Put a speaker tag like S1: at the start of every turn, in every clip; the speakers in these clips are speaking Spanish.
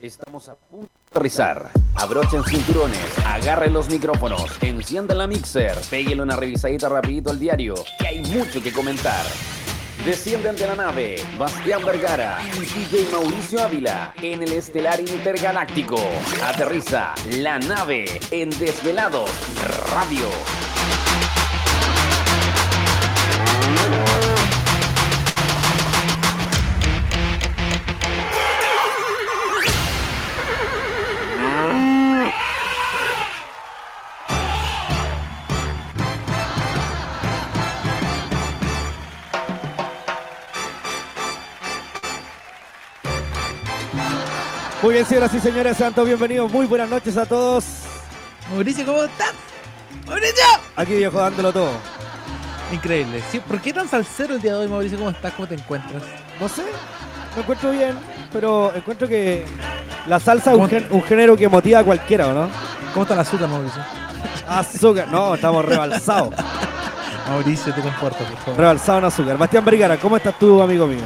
S1: Estamos a punto de aterrizar. Abrochen cinturones, agarren los micrófonos, enciendan la mixer, péguen una revisadita rapidito al diario, que hay mucho que comentar. Descienden de la nave Bastián Vergara y DJ Mauricio Ávila en el estelar intergaláctico. Aterriza la nave en Desvelado Radio.
S2: Muy bien, señoras y señores, sean todos bienvenidos. Muy buenas noches a todos.
S3: Mauricio, ¿cómo estás? ¡Mauricio!
S2: Aquí viejo dándolo todo.
S3: Increíble. Sí, ¿Por qué tan salsero el día de hoy, Mauricio? ¿Cómo estás? ¿Cómo te encuentras?
S2: No sé, me encuentro bien, pero encuentro que la salsa es un, gen- un género que motiva a cualquiera, ¿o ¿no?
S3: ¿Cómo está la azúcar, Mauricio?
S2: Azúcar, no, estamos rebalsados.
S3: Mauricio, te comportas, por favor.
S2: Rebalsado en azúcar. Bastián Vergara, ¿cómo estás tú, amigo mío?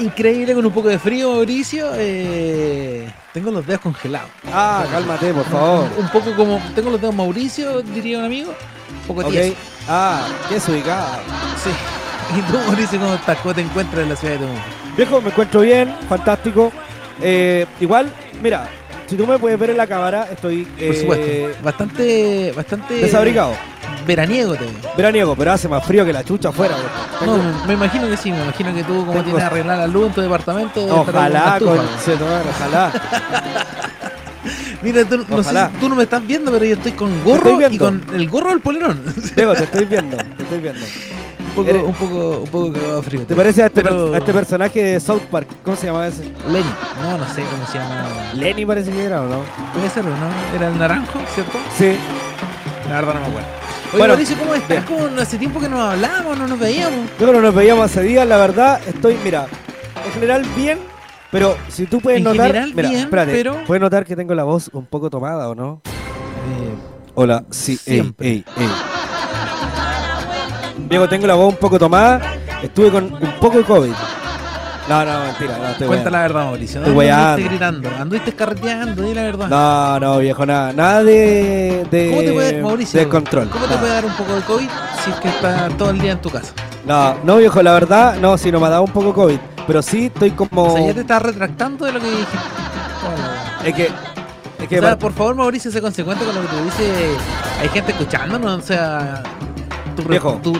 S3: Increíble, con un poco de frío, Mauricio. eh, tengo los dedos congelados.
S2: Ah, cálmate, por favor.
S3: Un poco como... Tengo los dedos Mauricio, diría un amigo. Un poco
S2: Ok.
S3: tieso.
S2: Ah, qué desubicado.
S3: Sí. ¿Y tú, Mauricio, cómo estás? ¿Cómo te encuentras en la ciudad de Temuco?
S2: Viejo, me encuentro bien, fantástico. Eh, igual, mira, si tú me puedes ver en la cámara, estoy
S3: Por
S2: eh,
S3: supuesto. Bastante... Bastante...
S2: desabrigado.
S3: Veraniego te veo.
S2: Veraniego, pero hace más frío que la chucha afuera. viejo.
S3: No,
S2: Tengo-
S3: me, me imagino que sí, me imagino que tú como
S2: Tengo-
S3: tienes arreglada la luz en tu departamento. debes estar
S2: Ojalá,
S3: ahí con una
S2: con- se toma, ojalá.
S3: estufa. Mira, tú, no sé
S2: Ojalá.
S3: si tú no me estás viendo, pero yo estoy con
S2: estoy
S3: gorro
S2: viendo.
S3: y con el gorro del polerón. un,
S2: Diego, te estoy viendo, te estoy viendo.
S3: poco,
S2: Eres-
S3: un poco, un poco cagado de frío.
S2: ¿Te parece a este, per-
S3: Pero-
S2: a este personaje de South Park? ¿Cómo se llamaba ese?
S3: Lenny, no, no sé cómo se llama.
S2: Lenny parece que era, ¿o no?
S3: Puede ser, ¿no? Era el naranjo, ¿cierto?
S2: Sí.
S3: La verdad no me acuerdo. Oye,
S2: Bueno,
S3: Mauricio, ¿cómo
S2: bien.
S3: estás? ¿Cómo no- hace tiempo que no hablábamos, no nos veíamos?
S2: Yo no nos veíamos hace días, la verdad, estoy, mira, en general bien, pero si tú puedes
S3: En
S2: notar.
S3: general
S2: mira,
S3: bien,
S2: espérate,
S3: pero-
S2: puedes notar que tengo la voz un poco tomada, ¿o no?
S3: Eh,
S2: Hola, sí, ey,
S3: Siempre.
S2: ey, ey. Diego, tengo la voz un poco tomada, estuve con un poco de COVID. No, no, mentira, no, estoy weando.
S3: cuenta la verdad, Mauricio.
S2: Estoy
S3: No anduviste
S2: weando.
S3: gritando, anduviste carreteando, di la verdad.
S2: No, eh, no, viejo, nada, nada de, de,
S3: ¿Cómo te puede, Mauricio,
S2: de control.
S3: ¿Cómo te
S2: nada.
S3: puede dar un poco de COVID si es que estás todo el día en tu casa?
S2: No, no, viejo, la verdad, no, si no me ha dado un poco COVID. Pero sí estoy como.
S3: O sea, ya te estás retractando de lo que dijiste. Hola.
S2: Es que. Es que.
S3: O sea,
S2: par-
S3: por favor, Mauricio, sé consecuente con lo que te dice. Hay gente escuchándonos, o sea. Tu, re-
S2: Viejo.
S3: tu-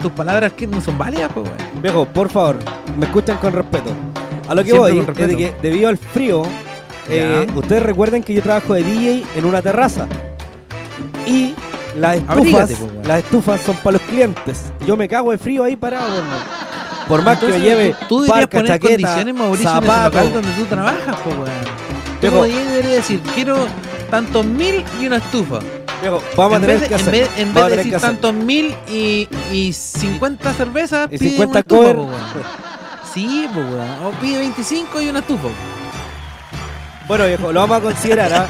S3: tus palabras que no son válidas, pues, güey.
S2: Viejo, por favor, me escuchan con respeto. A lo que
S3: Siempre
S2: voy
S3: con
S2: es de que
S3: respeto.
S2: debido al frío, eh,
S3: Ya.
S2: ustedes recuerden que yo trabajo de DJ en una terraza. Y las estufas,
S3: Abrígate, po, Ah, pues, weón.
S2: las estufas son para los clientes. Yo me cago de frío ahí parado, hermano. Por más
S3: Entonces,
S2: que me lleve
S3: Tú, tú deberías
S2: parca,
S3: poner
S2: chaqueta,
S3: condiciones, Mauricio, en el
S2: zapatos.
S3: local donde tú trabajas, pues, güey. Tú
S2: Viejo.
S3: como DJ deberías decir, quiero tantos mil y una estufa.
S2: Viejo, vamos a
S3: en
S2: tener
S3: vez,
S2: que
S3: de- en
S2: hacer.
S3: vez-
S2: vamos
S3: en vez
S2: a tener
S3: de
S2: que
S3: decir
S2: hacer.
S3: tantos mil y, y 50 cervezas,
S2: Y
S3: pide
S2: 50
S3: una estufa,
S2: cover.
S3: po, pues, weón. Sí, pues, weón. O pide 25 y una estufa.
S2: Bueno, viejo, lo vamos a considerar, ¿ah?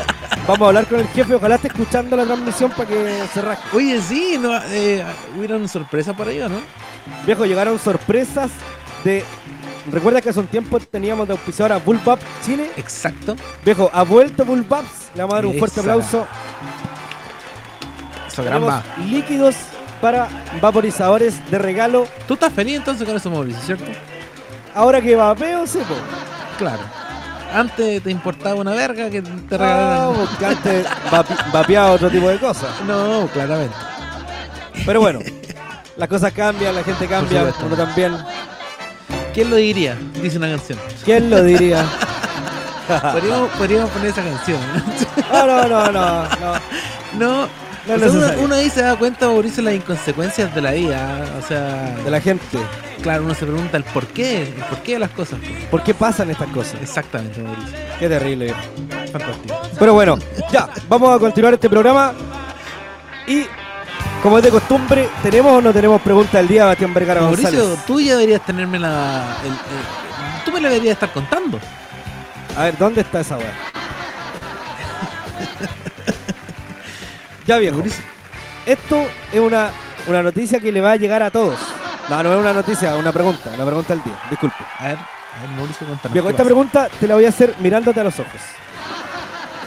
S2: Vamos a hablar con el jefe, ojalá esté escuchando la transmisión para que se rasque.
S3: Oye, sí, no, eh, hubieron sorpresa para ellos, ¿no?
S2: Viejo, llegaron sorpresas de... Recuerda que hace un tiempo teníamos de auspiciador a Bullbap Chile.
S3: Exacto.
S2: Viejo, ha vuelto Bullbaps. Le vamos a dar un
S3: Esa.
S2: fuerte aplauso.
S3: Eso, gran
S2: Tenemos
S3: va.
S2: líquidos para vaporizadores de regalo.
S3: Tú estás feliz entonces con eso, Mauricio, ¿cierto?
S2: Ahora que vapeo, sí, po.
S3: Claro. Oh, Antes te importaba una verga que te
S2: Ah,
S3: regalaban.
S2: porque antes vapi- vapeaba otro tipo de cosas.
S3: No, claramente.
S2: Pero bueno, las cosas cambian, la gente cambia,
S3: supuesto.
S2: uno también.
S3: ¿Quién lo diría? Dice una canción.
S2: ¿Quién lo diría?
S3: Podríamos, podríamos poner esa canción.
S2: No, no, no, no, no.
S3: No,
S2: No es
S3: o sea, uno,
S2: necesario.
S3: uno ahí se da cuenta, Mauricio, las inconsecuencias de la vida. O sea,
S2: De la gente.
S3: claro, uno se pregunta el por qué, el por qué de las cosas. pues.
S2: ¿Por qué pasan estas cosas?
S3: Exactamente, Mauricio.
S2: Qué terrible.
S3: Fantástico.
S2: Pero bueno, ya, vamos a continuar este programa. Y, como es de costumbre, ¿tenemos o no tenemos pregunta del día, Bastián Vergara
S3: Mauricio,
S2: González?
S3: tú ya deberías tenerme la. el- el- tú me la deberías estar contando.
S2: A ver, ¿dónde está esa weá? ya viejo.
S3: Mauricio.
S2: Esto es una, una noticia que le va a llegar a todos. No, no es una noticia, es una pregunta, una pregunta del día. Disculpe.
S3: A ver, a ver, Mauricio, contanos.
S2: Viejo,
S3: ¿qué
S2: esta
S3: pasa?
S2: pregunta te la voy a hacer mirándote a los ojos.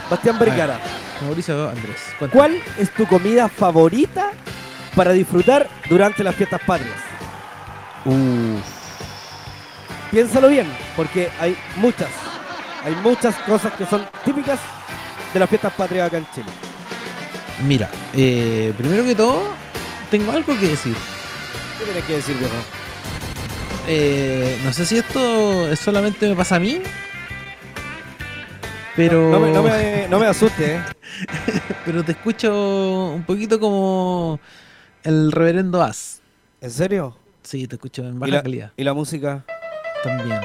S2: Bastián Vergara,
S3: Mauricio Andrés. cuenta.
S2: ¿cuál es tu comida favorita para disfrutar durante las fiestas patrias? Piénsalo bien, porque hay muchas, hay muchas cosas que son típicas de las fiestas patrias acá en Chile.
S3: Mira, eh, primero que todo, tengo algo que decir.
S2: ¿Qué tienes que decir, viejo?
S3: Eh, no sé si esto es solamente me pasa a mí. Pero,
S2: No me, no
S3: Oh.
S2: me- no me asuste, ¿eh?
S3: pero te escucho un poquito como el reverendo As.
S2: ¿En serio?
S3: Sí, te escucho en
S2: ¿Y
S3: baja
S2: la,
S3: calidad
S2: y la música?
S3: también.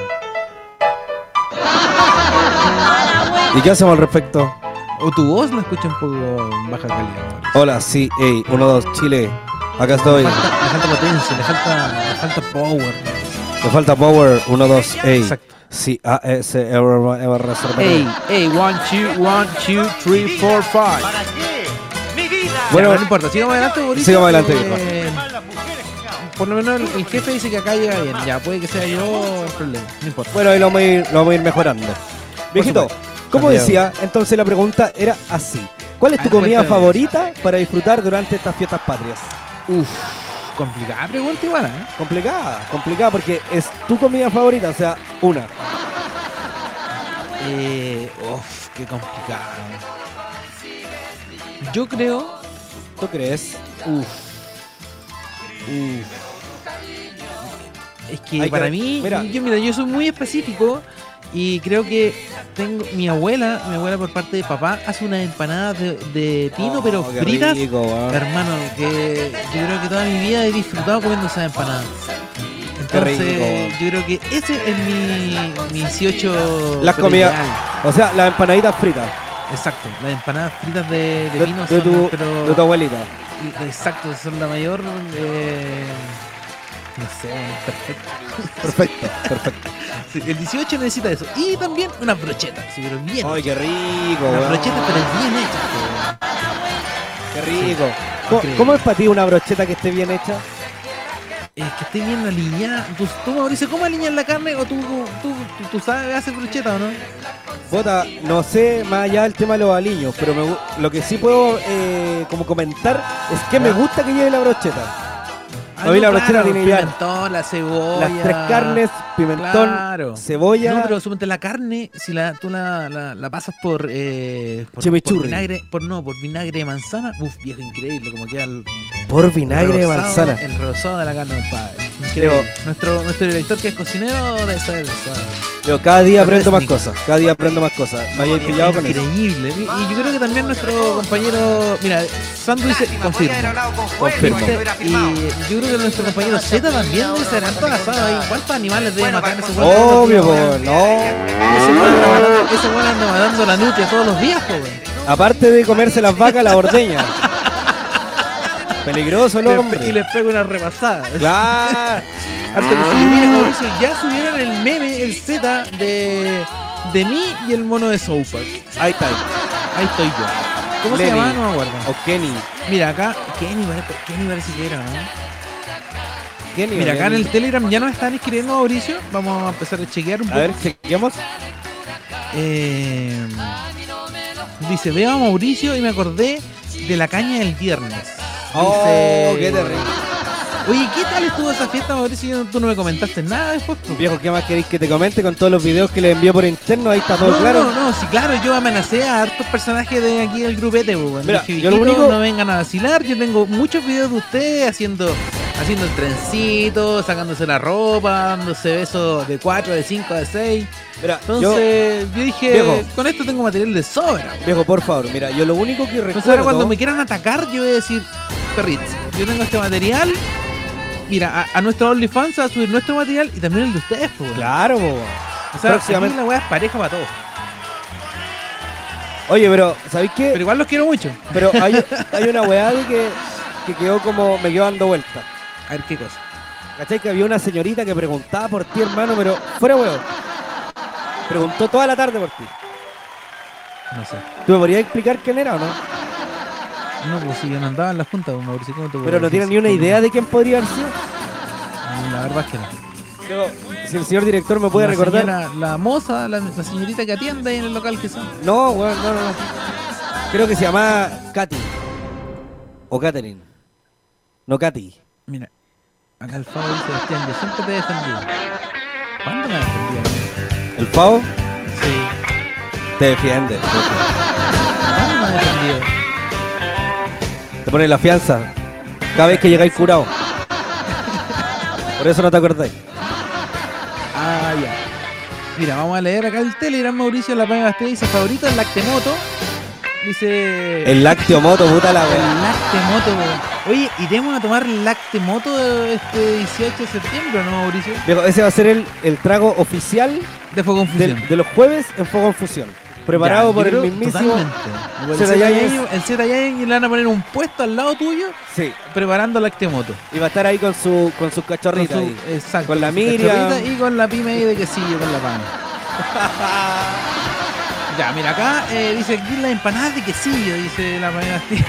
S2: ¿Y qué hacemos al respecto?
S3: O tu voz la escucho un poco en baja calidad. Mauricio.
S2: Hola, sí, hey, 1, 2, Chile, acá estoy.
S3: Le falta, le falta potencia, le falta, le falta power.
S2: Te falta power, 1, 2, hey.
S3: Exacto.
S2: Sí, A, S, R, R, R, R,
S3: Ey,
S2: R.
S3: ey, one, two, one, two, three, four, five. Bueno,
S2: Bueno,
S3: no importa, sigamos adelante, Boris.
S2: Sigamos adelante,
S3: eh, Por lo menos el, el jefe dice que acá llega bien. Ya, puede que sea yo el problema. No importa.
S2: bueno, ahí lo vamos a ir, lo vamos a ir mejorando. Viejito, como
S3: Santiago.
S2: decía, entonces la pregunta era así. ¿Cuál es tu
S3: Ah,
S2: comida
S3: cuéntame.
S2: favorita para disfrutar durante estas fiestas patrias?
S3: Uf, complicada pregunta igual, ¿eh?
S2: Complicada, complicada porque es tu comida favorita, o sea, una.
S3: Eh, Uf, qué complicado. Yo creo.
S2: ¿Tú crees?
S3: Uf. Uf. Es que
S2: Hay que-
S3: para mí,
S2: mira.
S3: yo, mira, yo soy muy específico y creo que tengo mi abuela, mi abuela por parte de papá, hace unas empanadas de, de pino,
S2: Oh,
S3: pero
S2: qué
S3: fritas.
S2: rico, ah. weón.
S3: Hermano, que yo creo que toda mi vida he disfrutado comiendo esas empanadas.
S2: Qué rico.
S3: Entonces, yo creo que ese es mi, mi 18.
S2: Las
S3: pero
S2: comidas-
S3: ideal.
S2: O sea, las empanaditas fritas
S3: Exacto, las empanadas fritas de, de
S2: de,
S3: pino
S2: de
S3: son
S2: tu,
S3: pero-
S2: de tu abuelita.
S3: Exacto, son la mayor. eh, no sé, perfecto.
S2: Perfecto, perfecto.
S3: Sí, el 18 necesita eso. Y también unas brochetas, sí, pero bien.
S2: Ay,
S3: hechas.
S2: qué rico,
S3: Unas
S2: weón.
S3: brochetas, pero bien hechas. pero-
S2: Qué rico. ¿Cómo,
S3: Increíble.
S2: cómo es para ti una brocheta que esté bien hecha?
S3: Es que esté bien alineada. ¿Tú, tú Mauricio, ¿cómo alineas la carne? ¿O tú, tú, tú, tú sabes hacer brocheta o no?
S2: Bota, no sé más allá del tema de los aliños, pero me gu- lo que sí puedo eh, como comentar es que me gusta que lleve la brocheta. A mí la brocheta tiene
S3: el
S2: ideal.
S3: Ah, pimentón, la cebolla.
S2: Las tres carnes, pimentón,
S3: Oh, claro.
S2: cebolla.
S3: No, pero suponte la carne, si la, tú la, la, la pasas por, eh, por,
S2: Chimichurri.
S3: por vinagre, por no, por vinagre de manzana, uff, viejo, increíble, como queda el
S2: Por vinagre de
S3: rebozado-
S2: manzana.
S3: El rosado de la carne del padre. Increíble. Nuestro, nuestro director que es cocinero de saber,
S2: Yo cada día
S3: Pero
S2: aprendo
S3: es
S2: más
S3: mi-
S2: cosas, cada día aprendo más cosas. Me habéis pillado con eso.
S3: Increíble. Y, y yo creo que también nuestro compañero, mira, sándwich confirma.
S2: Confirmo.
S3: Confirma. Y yo creo que nuestro compañero Z también debe ser harto asado ahí. ¿Cuántos animales debe matar ese weón?
S2: Obvio, po, no.
S3: Ese weón anda matando- Ese weón anda matando la nutria todos los días, po, weón.
S2: Aparte de comerse las vacas, las ordeñas. Peligroso el
S3: Después que
S2: hombre.
S3: les pego una repasada.
S2: Claro. Ah.
S3: Harto que si vivieran como eso, ya subieron el meme, el Z de, de mí y el mono de South Park.
S2: Ahí está.
S3: Ahí estoy yo. ¿Cómo
S2: Lenny.
S3: se llama? No me acuerdo.
S2: O Kenny.
S3: Mira, acá, Kenny parece, Kenny parece que era, ¿no?
S2: Kenny,
S3: Mira, acá en
S2: Kenny.
S3: el Telegram ya nos están escribiendo, Mauricio. Vamos a empezar a chequear un
S2: A
S3: poco.
S2: ver, chequeamos.
S3: Eh, dice, veo a Mauricio y me acordé de la caña del viernes.
S2: Oh,
S3: Dice-
S2: qué terrible.
S3: Oye, ¿qué tal estuvo esa fiesta, Mauricio? Tú no me comentaste nada después. po.
S2: Viejo, ¿qué más queréis que te comente con todos los videos que les envío por interno? Ahí está todo
S3: No,
S2: claro.
S3: no, no, sí, claro, yo amenacé a hartos personajes de aquí del grupete, po, weón.
S2: Mira,
S3: Dije,
S2: yo lo
S3: "Viejitos,
S2: único-
S3: No vengan a vacilar, yo tengo muchos videos de ustedes haciendo haciendo el trencito, sacándose la ropa, dándose besos de 4, de 5, de 6.
S2: Mira,
S3: Entonces, yo, dije,
S2: Viejo.
S3: con esto tengo material de sobra.
S2: yo, viejo, por favor, mira, yo lo único que
S3: Entonces ahora
S2: recuerdo.
S3: cuando me quieran atacar, yo voy a decir, perritos, yo tengo este material. Mira, a, a nuestro OnlyFans se va a subir nuestro material y también el de ustedes, po, weón.
S2: Claro, po.
S3: O sea,
S2: próximamente-
S3: aquí la weá es pareja para todos.
S2: Oye, pero, ¿sabéis qué?
S3: Pero igual los quiero mucho.
S2: Pero hay, hay una weá de que, que quedó como. me quedó dando vuelta.
S3: A ver qué cosa.
S2: ¿Cachai? Que había una señorita que preguntaba por ti, hermano, pero fuera weón. Preguntó toda la tarde por ti.
S3: No sé.
S2: ¿Tú me podrías explicar quién era o no?
S3: No, pues si yo no andaba en la junta, pues, Mauricio, ¿cómo te puedo
S2: Pero no
S3: decir?
S2: tiene ni una idea de quién podría haber sido.
S3: La verdad es que no.
S2: Pero, si el señor director me puede
S3: La
S2: recordar.
S3: señora- la moza, la, la señorita que atiende ahí en el local que son.
S2: No, weón, no, no, no. Creo que se llamaba Katy. O Katherine. No Katy.
S3: Mira, acá el Fabo dice, Sebastián, yo siempre te he defendido. ¿Cuándo me defendido?
S2: El pavo
S3: Sí.
S2: te defiende.
S3: ¿Cuándo me ha defendido?
S2: Te pone la fianza. Cada vez que llegáis curado. Por eso no te acordáis.
S3: Ah, ya. Mira, vamos a leer acá el Telegram. Mauricio La Paña Basté dice, favorito el Lactemoto. Dice...
S2: El lácteo moto, puta la
S3: El
S2: weá.
S3: Lactemoto, weón. Oye, iremos a tomar Lactemoto este 18 de septiembre, ¿no, Mauricio?
S2: Viejo, Ese va a ser el, el trago oficial
S3: De Fuego Confusión.
S2: del- de los jueves en Fuego en Fusión. Preparado
S3: Ya,
S2: por el
S3: yo creo
S2: mismísimo.
S3: totalmente. El
S2: Zeta
S3: Zeta
S2: Yañez.
S3: Yañez- El Z Yañez le van a poner un puesto al lado tuyo
S2: Sí.
S3: preparando Lactemoto.
S2: Y va a estar ahí con su con sus
S3: Con
S2: cachorritos.
S3: su-
S2: ahí.
S3: exacto,
S2: Con la
S3: su
S2: Miriam.
S3: cachorrita Y con la pyme ahí de quesillo, con la pan. ya, mira, acá eh, dice aquí las empanadas de quesillo, dice la Pamela Asti-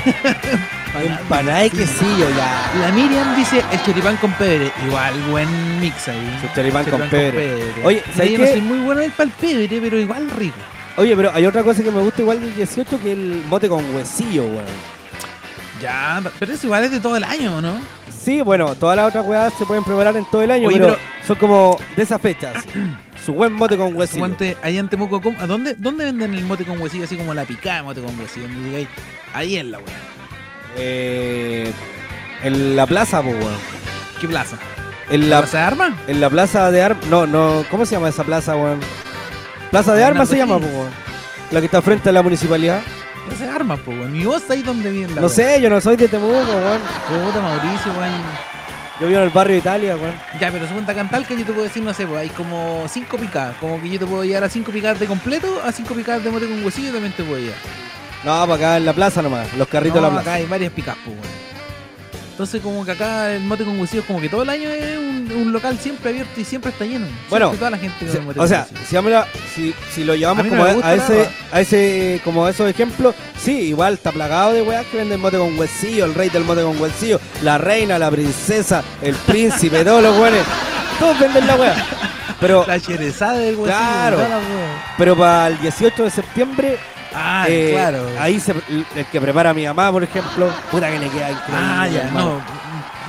S2: Empanada de quesillo ya.
S3: La Miriam dice el choripán con pebre. Igual, buen mix ahí.
S2: Su choripán con pebre. Oye,
S3: Oye,
S2: ¿sabes
S3: yo no
S2: qué?
S3: soy muy bueno para el pebre, pero igual rico.
S2: Oye, pero hay otra cosa que me gusta igual del 18 que el mote con huesillo, weón.
S3: Ya, pero eso igual es de todo el año, ¿no?
S2: Sí, bueno, todas las otras weas se pueden preparar en todo el año,
S3: Oye,
S2: pero, son como de esas fechas. su buen mote con huesillo.
S3: Aguante, ahí en Temuco, ¿cómo- ¿a dónde, dónde venden el mote con huesillo? Así como la picada de mote con huesillo. Donde digáis, ahí es la weá.
S2: Eh, en la plaza, po, weón.
S3: ¿Qué plaza?
S2: En
S3: ¿La
S2: la,
S3: plaza de armas?
S2: en la plaza de armas. No, no, ¿cómo se llama esa plaza, weón? Plaza de
S3: Una
S2: armas se
S3: cosa
S2: llama, po,
S3: así.
S2: weón. La que está frente a la municipalidad.
S3: Plaza de armas, po, weón. Ni vos ahí donde vienen la
S2: no
S3: weá.
S2: sé, yo no soy de Temuco, weón.
S3: Puta, Mauricio, weón.
S2: Yo vivo en el barrio de Italia, weón.
S3: Ya, pero suponte acá en Talca yo te puedo decir, no sé, pues hay como cinco picadas. Como que yo te puedo llevar a cinco picadas de completo, a cinco picadas de mote con huesillo también te puedo llevar.
S2: No, para acá en la plaza nomás, los carritos
S3: No,
S2: de la
S3: acá
S2: plaza.
S3: hay varias picadas, po, weón. Entonces como que acá el mote con huesillo es como que todo el año es un, un local siempre abierto y siempre está lleno. Siempre
S2: Bueno,
S3: toda la gente come
S2: Se-
S3: mote
S2: o
S3: con
S2: sea,
S3: huesillo.
S2: si, vámonos- si, si lo
S3: A
S2: llevamos
S3: mí no
S2: como
S3: me
S2: a,
S3: gusta
S2: a
S3: nada.
S2: ese, a ese, como a esos ejemplos, sí, igual está plagado de weas que venden mote con huesillo, el rey del mote con huesillo, la reina, la princesa, el príncipe, todos los weones, todos venden la wea. Pero,
S3: La cherezada del huesillo.
S2: Claro.
S3: toda la weá.
S2: pero para el 18 de septiembre,
S3: Ah,
S2: eh,
S3: claro.
S2: ahí se, el que prepara a mi mamá, por ejemplo, puta que le queda increíble.
S3: Ah, ya,
S2: hermano.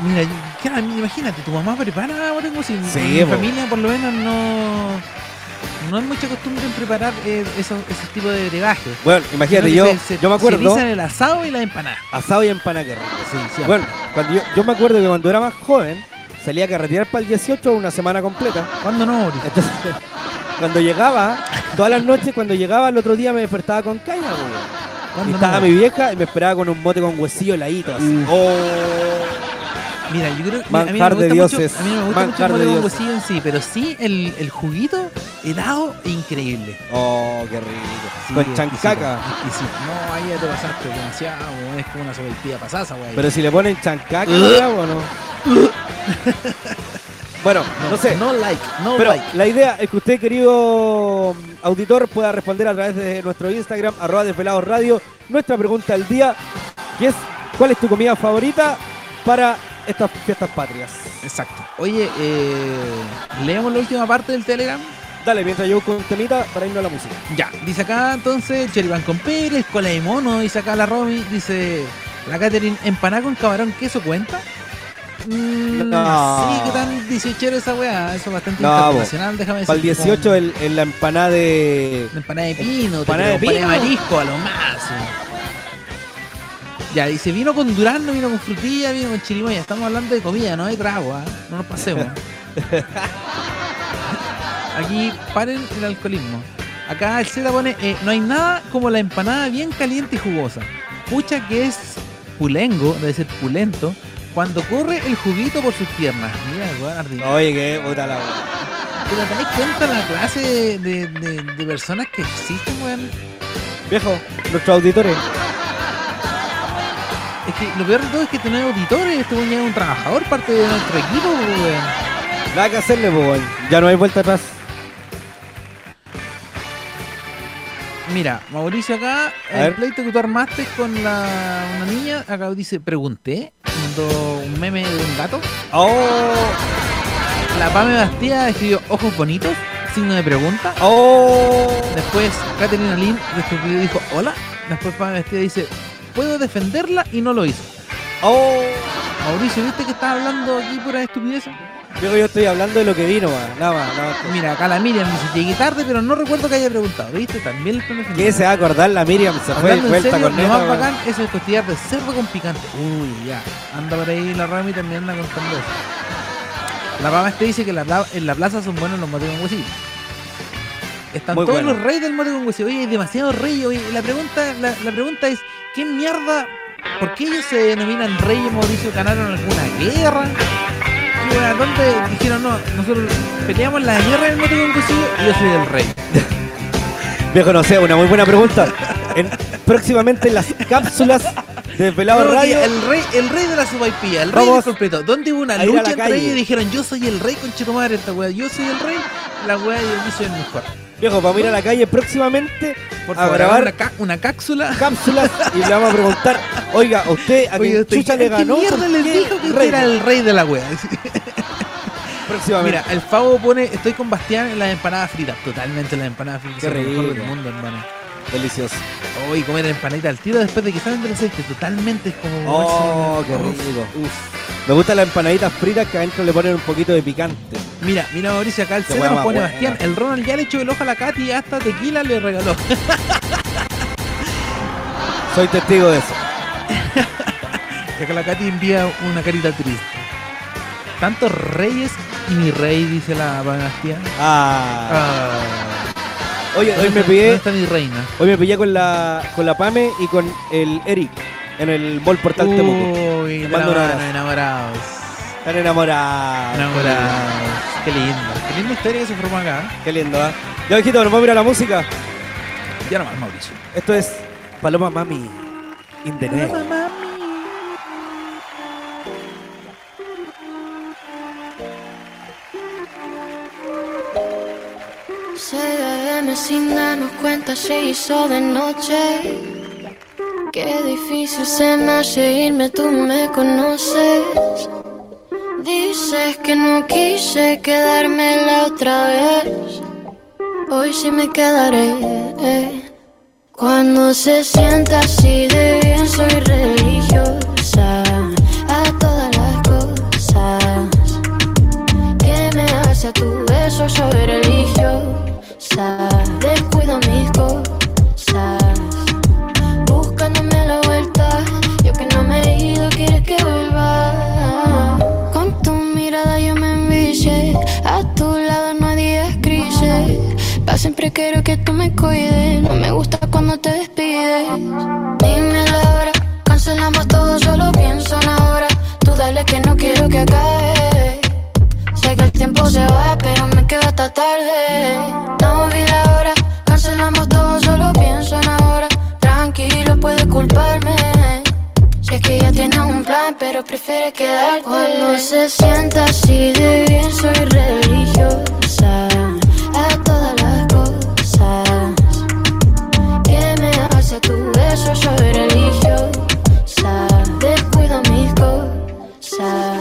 S3: no. Mira, claro, imagínate, tu mamá prepara ahora como si
S2: Sí,
S3: mi
S2: po.
S3: familia por lo menos no no hay mucha costumbre en preparar eh, esos, esos tipos de brebajes.
S2: Bueno, imagínate, yo, yo me acuerdo,
S3: Se erizan el asado y la empanada.
S2: asado y empanada que rico.
S3: Sí, sí.
S2: Bueno, cuando yo, yo me acuerdo que cuando era más joven salía a carretear para el 18 una semana completa.
S3: ¿Cuándo no, Boris?
S2: Entonces, cuando llegaba, todas las noches cuando llegaba el otro día me despertaba con caña, po, weón. Y
S3: ¿Cuándo
S2: estaba
S3: no?
S2: mi vieja y me esperaba con un mote con huesillo heladito. así.
S3: Mm.
S2: Oh.
S3: Mira, yo creo que a mí no
S2: Manjar
S3: me
S2: de
S3: gusta
S2: dioses,
S3: mucho, a mí no me gusta mucho
S2: manjar
S3: el
S2: de
S3: mote con
S2: dioses.
S3: huesillo en sí, pero sí el, el juguito helado es increíble.
S2: Oh, qué rico.
S3: Sí,
S2: con
S3: exquisito,
S2: chancaca.
S3: exquisito. No, ahí ya te pasaste demasiado, weón, es como una sopaipilla pasada, esa weá.
S2: Pero si le ponen chancaca, ¿no? ¿O no? bueno, no sé.
S3: No like, no
S2: Pero
S3: like.
S2: la idea es que usted, querido mm, auditor, pueda responder a través de nuestro Instagram, arroba desvelados radio, nuestra pregunta del día, que es ¿cuál es tu comida favorita para estas fiestas patrias?
S3: Exacto. Oye, eh, leemos la última parte del Telegram.
S2: Dale, mientras yo busco un temita para irnos a la música.
S3: Ya. Dice acá entonces Cheriban con Pérez, cola de mono, dice acá la Romy, dice la Catherine, empanada con camarón, ¿queso cuenta? Mm,
S2: No.
S3: Sí, que tan 18 esa weá, eso es bastante
S2: No,
S3: internacional, déjame decir.
S2: Para el 18 el, en la empanada de...
S3: Empanada de pino,
S2: Empanada de
S3: empanada de, empanada de
S2: pino.
S3: marisco, a lo más. sí. Ya, dice, vino con durazno, vino con frutilla, vino con chirimoya. Estamos hablando de comida, no de trago, ¿ah? no nos pasemos. Aquí paren el alcoholismo. Acá el Z pone, eh, no hay nada como la empanada bien caliente y jugosa. Pucha que es pulengo, debe ser pulento, cuando corre el juguito por sus piernas. Mira, guardi.
S2: Oye, qué puta la... wea.
S3: ¿Te das cuenta la clase de, de- de- de personas que existen, weón?
S2: Viejo, nuestros auditores.
S3: Es que lo peor de todo es que tener auditores, este weón ya es un trabajador, parte de nuestro equipo, pues, weón.
S2: Nada que hacerle, pues, weón. Ya no hay vuelta atrás.
S3: Mira, Mauricio acá,
S2: A
S3: el
S2: ver.
S3: pleito que tú armaste con la, una niña, acá dice, pregunté, mandó un meme de un gato.
S2: Oh,
S3: La Pame Bastía escribió, ojos bonitos, signo de pregunta.
S2: ¡Oh!
S3: Después Katherine Lynn le dijo hola. Después Pame Vestida dice, puedo defenderla y no lo hizo.
S2: ¡Oh!
S3: Mauricio, ¿viste que estás hablando aquí pura estupidez?
S2: Yo, yo estoy hablando de lo que vino, más, nada más. Nada más.
S3: Mira, acá la Miriam dice, llegué tarde, pero no recuerdo que haya preguntado. ¿Viste? También le están defendiendo.
S2: ¿Qué se va a acordar la Miriam? Se fue
S3: Hablando en
S2: vuelta
S3: serio,
S2: con
S3: lo más bacán es el costillar de cerdo con picante. Uy, ya. Anda por ahí la Rami también anda contando eso. La Rama este dice que la pla- en la plaza son buenos los motes con huesillo. Están
S2: Muy
S3: todos
S2: bueno.
S3: los reyes del mote con huesillo. Oye, hay demasiados reyes. Oye, la pregunta, la, la pregunta es, ¿qué mierda? ¿Por qué ellos se denominan reyes Mauricio? ¿Ganaron alguna guerra? ¿Qué hueá? ¿Dónde dijeron no? Nosotros peleamos la guerra del mote con huesillo y yo soy el rey.
S2: Viejo, no sé, una muy buena pregunta. En- próximamente en las cápsulas de Desvelado
S3: Creo que
S2: Radio.
S3: El rey, el rey de la subaipilla, el rey
S2: Vamos
S3: del completo. ¿Dónde hubo una
S2: a ir a
S3: lucha
S2: la
S3: entre
S2: calle.
S3: ellos y dijeron yo soy el rey con madre esta weá? Yo soy el rey, la weá y yo soy el mejor.
S2: Viejo, vamos a ir a la calle próximamente
S3: Por
S2: A
S3: favor,
S2: grabar.
S3: una, ca- una cápsula.
S2: cápsulas y le vamos a preguntar, oiga, ¿a usted a
S3: Oye,
S2: quien
S3: estoy-
S2: chucha le
S3: ¿qué
S2: ganó?
S3: mierda
S2: ¿Por
S3: les
S2: qué
S3: dijo que
S2: reina?
S3: era el rey de la weá?
S2: Próximamente.
S3: Mira, el Favo pone, estoy con Bastián en las empanadas fritas. Totalmente las empanadas fritas.
S2: Qué
S3: son lo mejor
S2: rico.
S3: del mumundo, hermano.
S2: Delicioso.
S3: Hoy comer empanadita al tiro después de que salen del aceite. Totalmente es como...
S2: Oh, qué
S3: Uf.
S2: rico. Me gustan las empanaditas fritas que adentro le ponen un poquito de picante.
S3: Mira, mira Mauricio, acá el
S2: Qué
S3: Cero
S2: hueá
S3: nos
S2: más
S3: pone
S2: buena.
S3: Bastián. El Ronald ya le echó el ojo a la Katy y hasta tequila le regaló.
S2: Soy testigo de eso.
S3: Y acá la Katy envía una carita triste. Tantos reyes y mi rey, dice la Bastián.
S2: Ah.
S3: Ah.
S2: Oye, hoy
S3: ¿Dónde
S2: me
S3: está-
S2: pillé,
S3: ¿Dónde está mi reina?
S2: hoy me pillé con la con la Pame y con el Eric en el Ball Portal
S3: Uh.
S2: Temuco.
S3: Uy, de la
S2: mando un
S3: mano,
S2: abrazo. Ah,
S3: enamorados.
S2: Están enamorados.
S3: Enamorados. Qué lindo. Qué linda historia que se formó acá.
S2: Qué lindo, ¿ah? Ya, ojito, nos vamos a ir a la música.
S3: Ya nomás, Mauricio.
S2: Esto es Paloma Mami in the Night.
S4: CDM sin darnos cuenta se hizo de noche. Qué difícil se me hace irme, tú me conoces. Dices que no quise quedarme la otra vez. Hoy sí me quedaré. Cuando se sienta así de bien, soy religiosa a todas las cosas que me hace a tu beso soy religiosa descuido mis cosas buscándome a la vuelta yo que no me he ido quieres que vuelva con tu mirada yo me envicie a tu lado no hay días grises pa' siempre quiero que tú me cuides no me gusta cuando te despides dime la hora cancelamos todo solo pienso en ahora tú dale que no quiero que acabe Sé que el tiempo se va, pero me quedo hasta tarde. No vi la hora, cancelamos todo, solo pienso en ahora. Tranquilo, puedes culparme. Sé que ya tienes un plan, pero prefiere quedarte. Cuando se sienta así de bien, soy religiosa a todas las cosas que me hace tu beso, soy religiosa. Descuido mis cosas.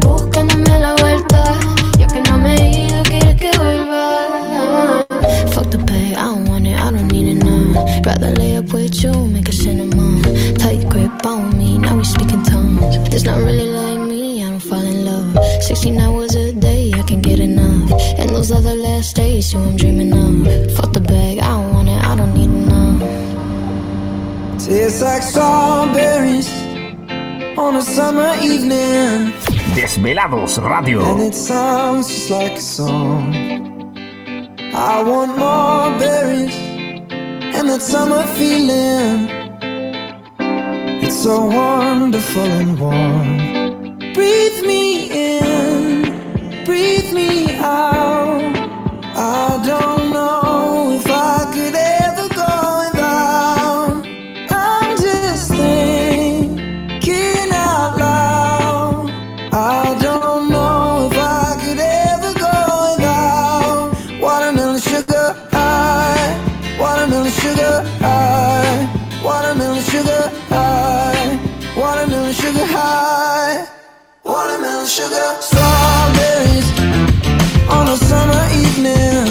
S4: Buscándome a la vuelta Yo que no me he ido, quieres que vuelva Fuck the pay, I don't want it, I don't need it now Rather lay up with you, make a cinema Tight grip on me, now we speaking tongues It's not really like me, I don't fall in love 16 hours a day, I can get enough And those other last days, you I'm dreaming of Fuck the bag, I don't want it, I don't need it now
S5: Tastes like strawberries on a summer evening,
S1: Desvelados Radio.
S5: and it sounds just like a song. I want more berries and that summer feeling. It's so wonderful and warm. Breathe me in, breathe me out. I don't know if I could ever go without. I'm just thinking out loud. I don't know if I could ever go without watermelon sugar high, watermelon sugar high, watermelon sugar high, watermelon sugar high, watermelon sugar strawberries on a on summer evening.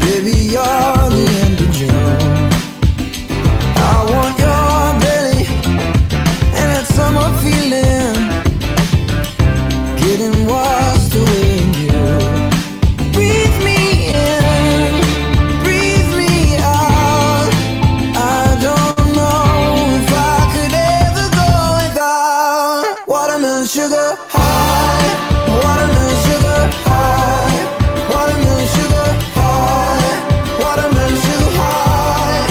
S5: Baby, you're the end of June. I want your belly and that summer feeling. Getting washed away in you. Breathe me in, breathe me out. I don't know if I could ever go without watermelon sugar high, watermelon sugar high, watermelon sugar high, watermelon sugar high,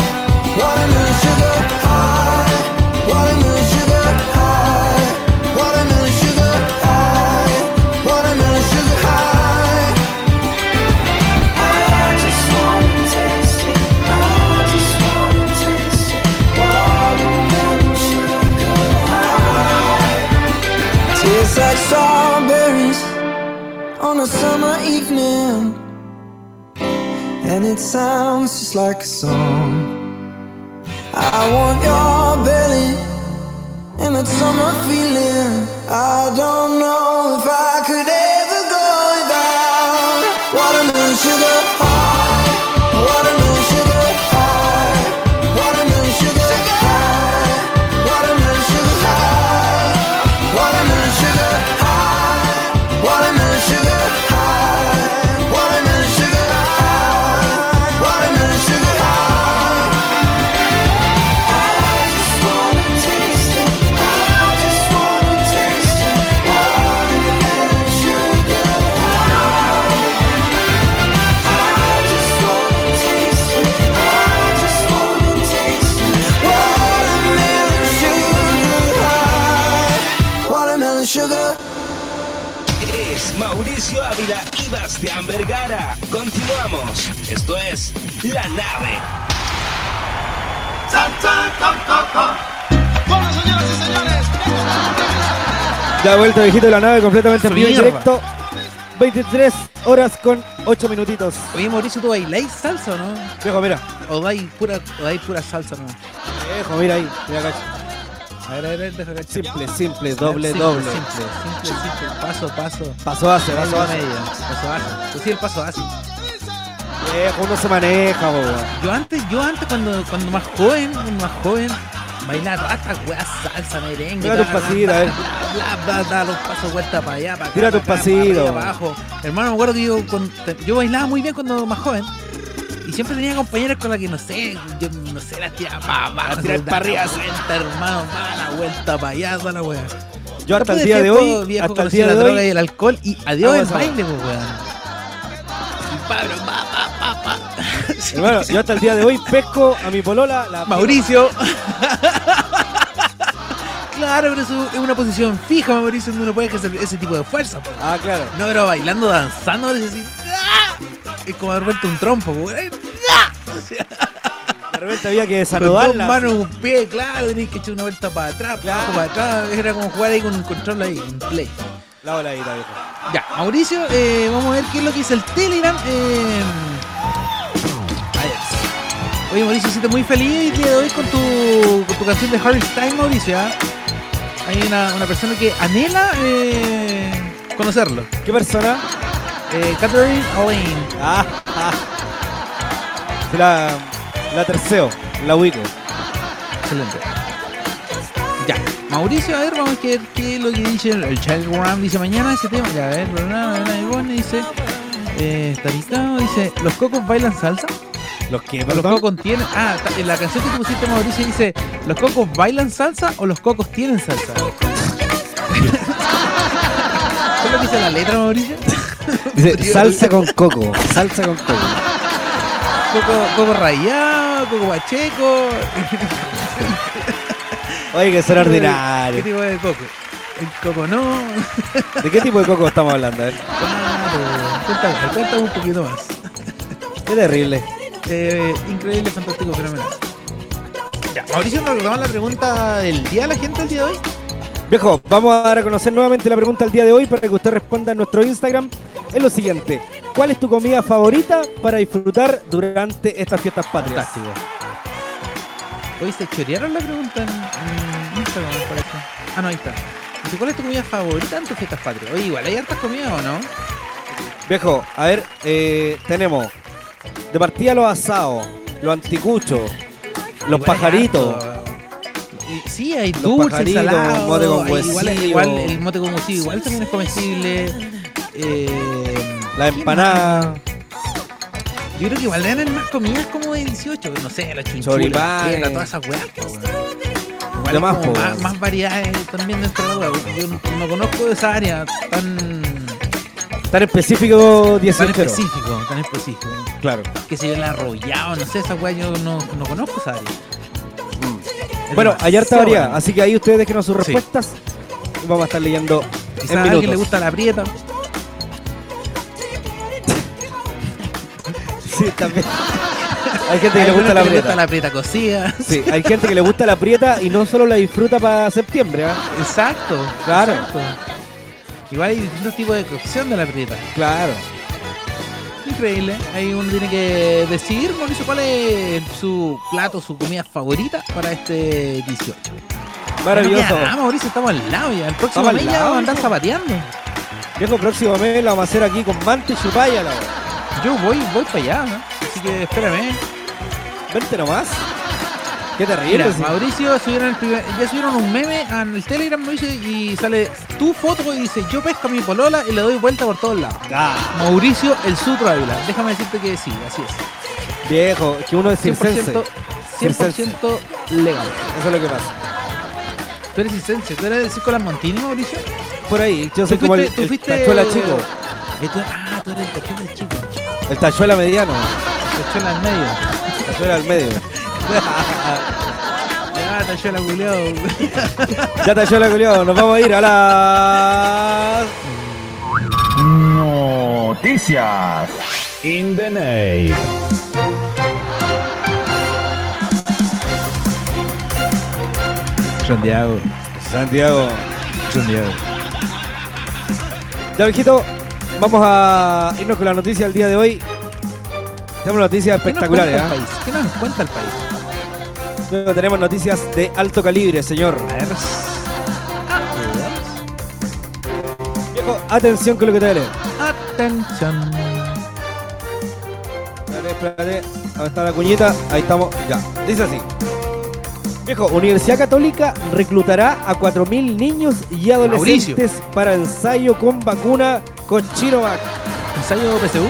S5: watermelon sugar high, watermelon sugar high, watermelon sugar high, watermelon sugar high. I just wanna taste it. I just wanna taste it. Watermelon sugar high. Tastes like strawberries on a summer evening, and it sounds just like a song. I want your belly and that summer feeling. I don't know if I could ever go without watermelon sugar high, watermelon sugar high, watermelon sugar high, watermelon sugar high, watermelon sugar high, watermelon sugar high, watermelon sugar high, watermelon sugar high. Sugar.
S6: Es Mauricio Ávila y Bastián Vergara. Continuamos. Esto es La Nave.
S2: Ya vuelta, viejito de la nave, completamente en vivo y
S3: Mierda.
S2: directo. 23 horas con 8 minutitos.
S3: Oye, Mauricio, ¿tú bailáis salsa o no?
S2: Viejo, mira.
S3: ¿O dais pura, o dais pura salsa no?
S2: Viejo, mira ahí. Mira, cacho.
S3: A ver, a ver, deja ver.
S2: Simple, simple, doble,
S3: Simple,
S2: doble.
S3: Simple, simple, simple. Paso, paso.
S2: Paso hace, paso hace.
S3: media. Paso hace. Pues sí, el paso hace.
S2: Viejo, uno se maneja, po, weón.
S3: Yo antes, yo antes cuando, cuando más joven, cuando más joven, bailaba todas estas weas, salsa, merengue.
S2: Tira tus
S3: ta, ta, ta,
S2: pasitos, a ver.
S3: Bla, bla, bla, los pasos vuelta para allá, para acá.
S2: Tira tus
S3: para acá, para arriba,
S2: pasitos.
S3: para abajo. Hermano, me acuerdo que yo, con- yo bailaba muy bien cuando más joven. Y siempre tenía compañeras con las que no sé, yo no sé, las tiraba para abajo,
S2: tirar
S3: da
S2: para arriba,
S3: la vuelta, hermano, da la vuelta para allá, toda la wea.
S2: Yo hasta el día de
S3: Después
S2: hoy,
S3: viejo,
S2: hasta el
S3: conocí
S2: día
S3: la
S2: de
S3: droga y
S2: hoy,
S3: el alcohol y adiós
S2: hago
S3: el
S2: esa wea.
S3: baile, pues, weón. Y Pablo, pa, pa, pa, pa. Sí.
S2: hermano, yo hasta el día de hoy pesco a mi polola, la
S3: Mauricio. claro, pero eso es una posición fija, Mauricio, donde uno puede ejercer ese tipo de fuerza. po.
S2: Ah, claro.
S3: No, pero bailando, danzando, es así. ¡ah! Es como haber vuelto un trompo, po, weón. ¡ah! O sea,
S2: De repente había que
S3: con dos
S2: desanudarla.
S3: manos, un pie, claro, tenías que echar una vuelta para atrás, para abajo, para atrás. Era como jugar ahí con un control ahí, un play.
S2: La voladita, viejo.
S3: Ya, Mauricio, eh, vamos a ver qué es lo que dice el Telegram. eh, a ver. Oye, Mauricio, siento muy feliz el día de hoy con tu, con tu canción de Harry Styles, Mauricio. ¿ah? Hay una, una persona que anhela eh, conocerlo.
S2: ¿Qué persona?
S3: Eh, Catherine Lane.
S2: Ah, ah. Se La, la terceo, la ubico.
S3: Excelente. Ya, Mauricio, a ver, vamos a ver qué es lo que dice el, el Child Ram. Dice mañana ese tema. Ya, a ver, programa de Bonnie dice. Eh, está listado, dice: ¿Los cocos bailan salsa?
S2: ¿Los que
S3: Los cocos tienen. Ah, ta- en la canción que te pusiste, Mauricio, dice: ¿Los cocos bailan salsa o los cocos tienen salsa? ¿Es lo que dice la letra, Mauricio?
S2: Dice, salsa con coco, salsa con coco.
S3: Coco, coco rayado, coco pacheco.
S2: Oye, que son
S3: ¿Qué
S2: ordinarios.
S3: tipo de coco? El coco no.
S2: ¿De qué tipo de coco estamos hablando? eh? A ver,
S3: Claro. Cuéntame, cuéntame un poquito más.
S2: Qué terrible.
S3: Eh, increíble, fantástico, fenomenal. Ya, Mauricio, ¿nos recordamos la pregunta del día a la gente el día de hoy?
S2: Viejo, vamos a dar a conocer nuevamente la pregunta del día de hoy para que usted responda en nuestro Instagram. Es lo siguiente, ¿cuál es tu comida favorita para disfrutar durante estas fiestas patrias?
S3: Fantástico. Hoy se chorearon la pregunta en, en Instagram, me parece. Ah, no, ahí está. Dice, ¿cuál es tu comida favorita en tus fiestas patrias? Oye, igual hay hartas comidas o no?
S2: Viejo, a ver, eh, tenemos de partida los asados, los anticuchos, los
S3: Igual es
S2: pajaritos.
S3: harto. Y- Sí, hay dulce,
S2: pajaritos,
S3: salado,
S2: mote con
S3: hay- igual,
S2: huesillo.
S3: igual el mote con huesillo, igual también es comestible. Eh,
S2: La
S3: ¿qué
S2: empanada.
S3: más? Yo creo que igual deben haber más comidas como de 18, no sé, la chinchula,
S2: Choripanes.
S3: la todas esas weas. po, weón. Igual
S2: Lo
S3: hay
S2: eh. más,
S3: como
S2: po,
S3: más,
S2: weón.
S3: más variedades también dentro de la wea. porque Yo no, no conozco de esa área tan,
S2: Tan específico
S3: tan
S2: 18.
S3: específico, tan específico.
S2: Claro.
S3: Que se yo la arrollado, no sé, esa wea yo no, no conozco esa área. Es
S2: Mm. Bueno, hay harta
S3: demasiado
S2: variedad,
S3: bueno.
S2: así que ahí ustedes déjenos sus
S3: Sí.
S2: respuestas. Y Vamos a estar leyendo
S3: Quizás
S2: en
S3: a alguien le
S2: minutos.
S3: gusta la prieta.
S2: Sí, también. Hay gente que
S3: Hay
S2: le gusta
S3: algunos
S2: la
S3: que
S2: prieta.
S3: cocida.
S2: Sí, hay gente que le gusta la prieta y no solo la disfruta para septiembre, ¿ah?
S3: Exacto.
S2: Claro.
S3: exacto. Igual hay distintos tipos de cocción de la prieta.
S2: Claro.
S3: Increíble. Ahí uno tiene que decidir, Mauricio, cuál es su plato, su comida favorita para este 18.
S2: Maravilloso.
S3: Ah, Mauricio, estamos al lado ya. El próximo
S2: Estamos al
S3: mes ya
S2: lado,
S3: vamos a andar
S2: hijo.
S3: zapateando.
S2: Viejo, próximo mes la vamos a hacer aquí con mante y chupalla. la wea.
S3: Yo voy, voy para allá, ¿no? Así que espérame.
S2: Vente nomás. Qué terrible.
S3: Mira,
S2: pues sí.
S3: Mauricio subieron el primer- ya subieron un meme en el Telegram Mauricio, y sale tu foto y dice yo pesco a mi polola y le doy vuelta por todos lados.
S2: Ah,
S3: Mauricio el Sutro Ávila. Déjame decirte que sí, así es.
S2: viejo, es que uno es
S3: 100%,
S2: circense.
S3: 100% legal.
S2: Eso es lo que pasa.
S3: ¿Tú eres circense? ¿Tú eres del Circo Las Montini, Mauricio?
S2: Por ahí, yo
S3: ¿Tú
S2: soy como el,
S3: tú
S2: el tachuela chico,
S3: Eh, tú- ah, tú eres el tachuela chico.
S2: el tachuela mediano,
S3: Tachuela en medio.
S2: el tachuela al medio.
S3: Ah, tachuela culiao.
S2: ya tachuela culiado, nos vamos a ir a las...
S7: Noticias in the night.
S3: Santiago,
S2: Santiago.
S3: Santiago.
S2: Ya, viejito, vamos a irnos con la noticia del día de hoy. Tenemos noticias espectaculares, ¿ah?
S3: ¿Qué nos cuenta el país?
S2: Tenemos noticias de alto calibre, señor.
S3: A ver.
S2: Viejo, atención con lo que te voy a leer.
S3: Atención.
S2: Espérate, espérate. Ahí está la cuñita. Ahí estamos. Ya. Dice así. Viejo, Universidad Católica reclutará a 4.000 niños y adolescentes para ensayo con vacuna con Chinovac.
S3: ¿Ensayo PSU?